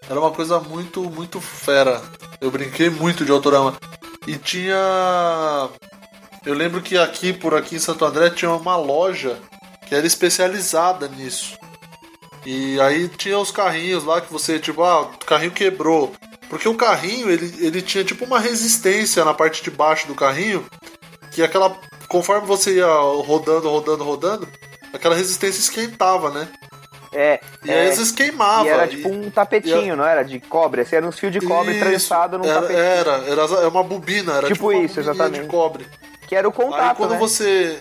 A: era uma coisa muito, muito fera. Eu brinquei muito de Autorama. E tinha. Eu lembro que aqui, por aqui em Santo André, tinha uma loja que era especializada nisso. E aí tinha os carrinhos lá que você, tipo, ah, o carrinho quebrou. Porque o carrinho, ele, ele tinha tipo uma resistência na parte de baixo do carrinho, que aquela. Conforme você ia rodando, rodando, rodando, aquela resistência esquentava, né?
B: É,
A: E
B: é,
A: aí às vezes queimava.
B: e era
A: Ah, e-
B: tipo um tapetinho, não era? De cobre, assim, era uns fios de cobre
A: Isso,
B: trançado num
A: era,
B: tapetinho.
A: Era, era, era uma bobina, era
B: Tipo
A: tipo, uma
B: isso,
A: bobininha
B: exatamente.
A: de cobre.
B: Que era o
A: aí
B: contato,
A: quando
B: né?
A: você.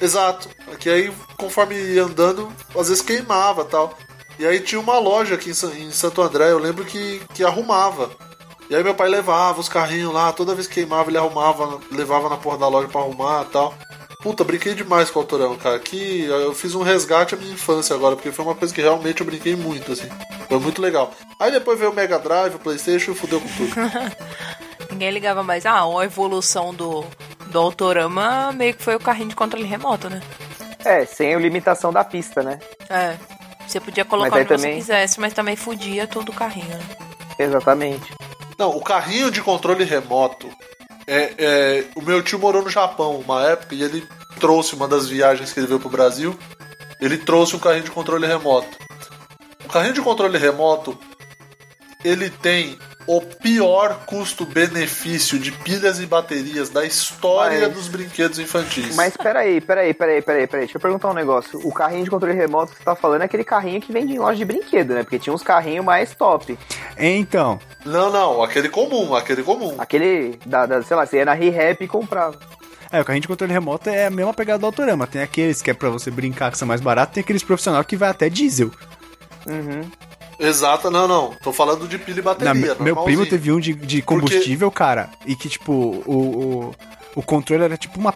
A: Exato. Que aí, conforme ia andando, às vezes queimava tal. E aí tinha uma loja aqui em, Sa- em Santo André, eu lembro que, que arrumava. E aí meu pai levava os carrinhos lá, toda vez que queimava ele arrumava, levava na porra da loja pra arrumar e tal. Puta, brinquei demais com o Autorama, cara. Que eu fiz um resgate à minha infância agora, porque foi uma coisa que realmente eu brinquei muito, assim. Foi muito legal. Aí depois veio o Mega Drive, o Playstation e fudeu com tudo.
D: Ninguém ligava mais. Ah, a evolução do, do Autorama meio que foi o carrinho de controle remoto, né?
B: É, sem a limitação da pista, né?
D: É. Você podia colocar
B: Mas aí
D: onde você
B: também-
D: quisesse, mas também fudia todo o carrinho. né?
B: Exatamente.
A: Não, o carrinho de controle remoto. É, é, o meu tio morou no Japão uma época e ele trouxe uma das viagens que ele veio pro Brasil. Ele trouxe um carrinho de controle remoto. O carrinho de controle remoto ele tem o pior custo-benefício de pilhas e baterias da história
B: Mas-
A: dos brinquedos infantis.
B: Mas peraí, peraí, peraí, peraí, peraí. Deixa eu perguntar um negócio. O carrinho de controle remoto que você tá falando é aquele carrinho que vende em loja de brinquedo, né? Porque tinha uns carrinhos mais top.
C: Então,
A: Não, não, aquele comum, aquele comum.
B: Aquele, da, da- sei lá, você ia na ReHap e comprava.
C: é, o carrinho de controle remoto é a mesma pegada do Autorama. Tem aqueles que é pra você brincar que são mais baratos, tem aqueles profissionais que vai até diesel.
B: Uhum.
A: Exato, não, não. Tô falando de pilha e bateria.
C: Na- meu
A: normalzinho.
C: primo teve um de,
A: Porque-
C: de combustível, cara, e que, tipo, o, o, o controle era tipo uma.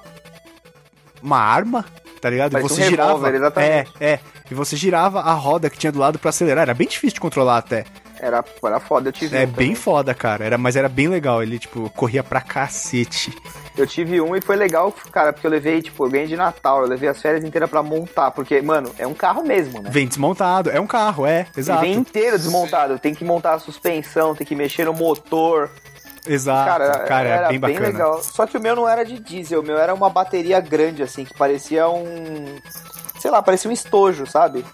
C: Uma arma, tá ligado?
B: Parece
C: e você
B: um
C: girava.
B: revólver, exatamente.
C: É, é. E você girava a roda que tinha do lado pra acelerar. Era bem difícil de controlar até.
B: Era, era foda, eu tive
C: É
B: um.
C: bem
B: também.
C: foda, cara. Era, mas era bem legal. Ele, tipo, corria pra cacete.
B: Eu tive um e foi legal, cara, porque eu levei, tipo, eu ganhei de Natal, eu levei as férias inteiras pra montar. Porque, mano, é um carro mesmo, né?
C: Vem desmontado. É um carro, é.
B: Ele
C: Exato.
B: vem inteiro desmontado, tem que montar a suspensão, tem que mexer no motor.
C: Exato.
B: Cara,
C: Cara,
B: era
C: é bem bacana.
B: legal. Só que o meu não era de diesel, o meu era uma bateria grande, assim, que parecia um. Sei lá, parecia um estojo, sabe?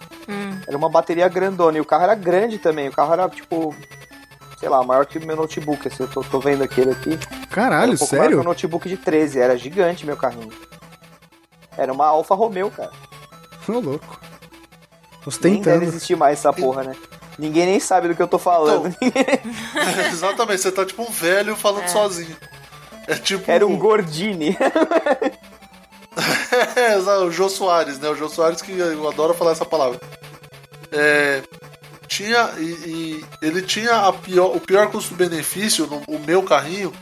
B: Era uma bateria grandona. E o carro era grande também. O carro era, tipo. Sei lá, maior que o meu notebook. Assim, eu tô, tô vendo aquele aqui. era
C: Caralho,
B: um pouco maior que
C: Ah, sério?
B: um notebook de 13. Era gigante meu carrinho. Era uma Alfa Romeo, cara.
C: Ô, louco.
B: Nem deve
C: Ostentando.
B: existir mais essa porra, né? Ninguém nem sabe do que eu tô falando.
A: Então. Exatamente, você tá tipo um velho falando sozinho. É tipo.
B: era um Gordini.
A: É, exato, o Jô Soares, né? O Jô Soares que eu adoro falar essa palavra. É, tinha e, e ele tinha a pior- o pior custo-benefício no o meu carrinho,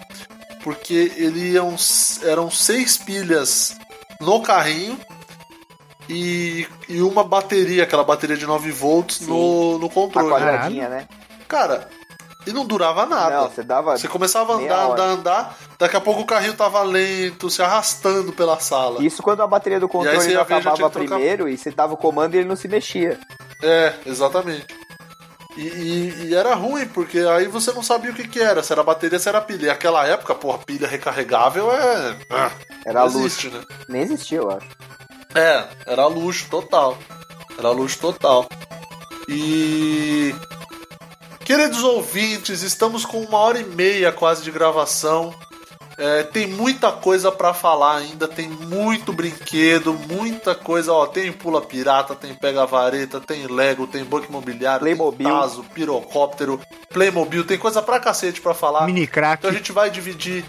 A: porque ele ia uns- eram seis pilhas no carrinho e, e uma bateria, aquela bateria de 9 volts no, no
B: a
A: controle.
B: quadradinha, né?
A: Cara, e não durava nada.
B: Não, você dava.
A: Você começava a
B: Meia
A: andar,
B: hora.
A: andar, andar, daqui a pouco o carrinho tava lento, se arrastando pela sala.
B: Isso quando a bateria do
A: E aí você ia ver,
B: controle
A: já tinha
B: acabava
A: que trocar.
B: primeiro e você dava o comando e ele não se mexia.
A: É, exatamente. E, e- e era ruim, porque aí você não sabia o que, que era, se era bateria, se era pilha. E aquela época, porra, pilha recarregável é. ah,
B: Era
A: não
B: luxo.
A: existe, né?
B: Nem existia, eu acho.
A: É, era luxo total. Era luxo total. E. Queridos ouvintes, estamos com uma hora e meia quase de gravação. É, tem muita coisa pra falar ainda, tem muito brinquedo, muita coisa. Ó, tem pula pirata, tem pega vareta, tem Lego, tem banco imobiliário,
B: Playmobil.
A: tem Tazo, pirocóptero, Playmobil, tem coisa pra cacete pra falar.
C: Mini crack.
A: Então a gente vai dividir.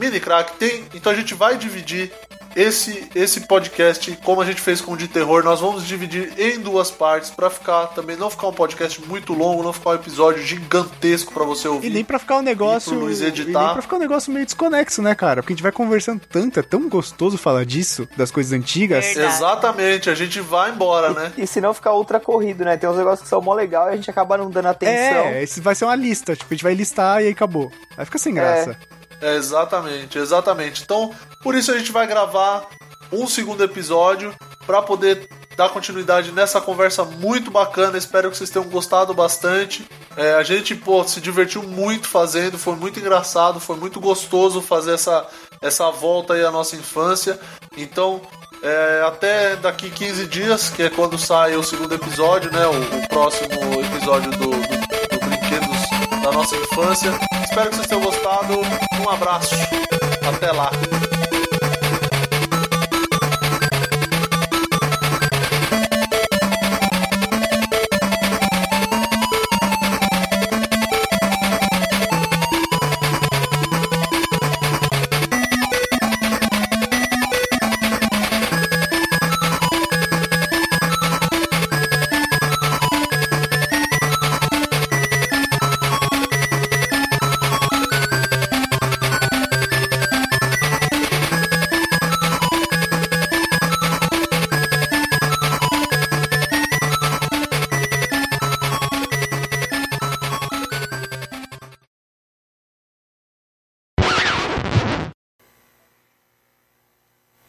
A: Mini crack tem. Então a gente vai dividir esse esse podcast, como a gente fez com o de terror, nós vamos dividir em duas partes pra ficar também não ficar um podcast muito longo, não ficar um episódio gigantesco pra você ouvir.
C: E nem pra ficar um negócio.
A: E pro Luiz editar.
C: e nem pra ficar um negócio meio desconexo, né, cara? Porque a gente vai conversando tanto, é tão gostoso falar disso, das coisas antigas.
D: Verdade.
A: Exatamente, a gente vai embora, né?
B: E se não ficar ultra corrido, né? Tem uns negócios que são mó legal e a gente acaba não dando atenção.
C: É, esse vai ser uma lista. Tipo, a gente vai listar e aí acabou. Aí fica sem graça.
A: É, exatamente, exatamente. Então, por isso a gente vai gravar um segundo episódio para poder dar continuidade nessa conversa muito bacana. Espero que vocês tenham gostado bastante. É, a gente pô, se divertiu muito fazendo, foi muito engraçado, foi muito gostoso fazer essa, essa volta aí à nossa infância. Então, é, até daqui 15 dias, que é quando sai o segundo episódio, né? O, o próximo episódio do, do, do Brinquedos da Nossa Infância. Espero que vocês tenham gostado. Um abraço. Até lá.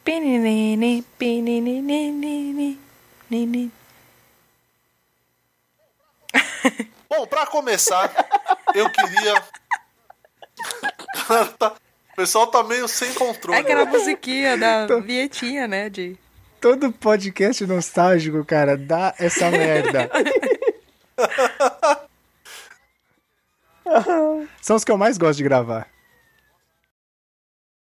D: Pininini, pininini, nini.
A: Bom, pra começar, eu queria. Tá- O pessoal tá meio sem controle.
D: É aquela musiquinha da vinhetinha, né? De...
C: Todo podcast nostálgico, cara, dá essa merda. são os que eu mais gosto de gravar.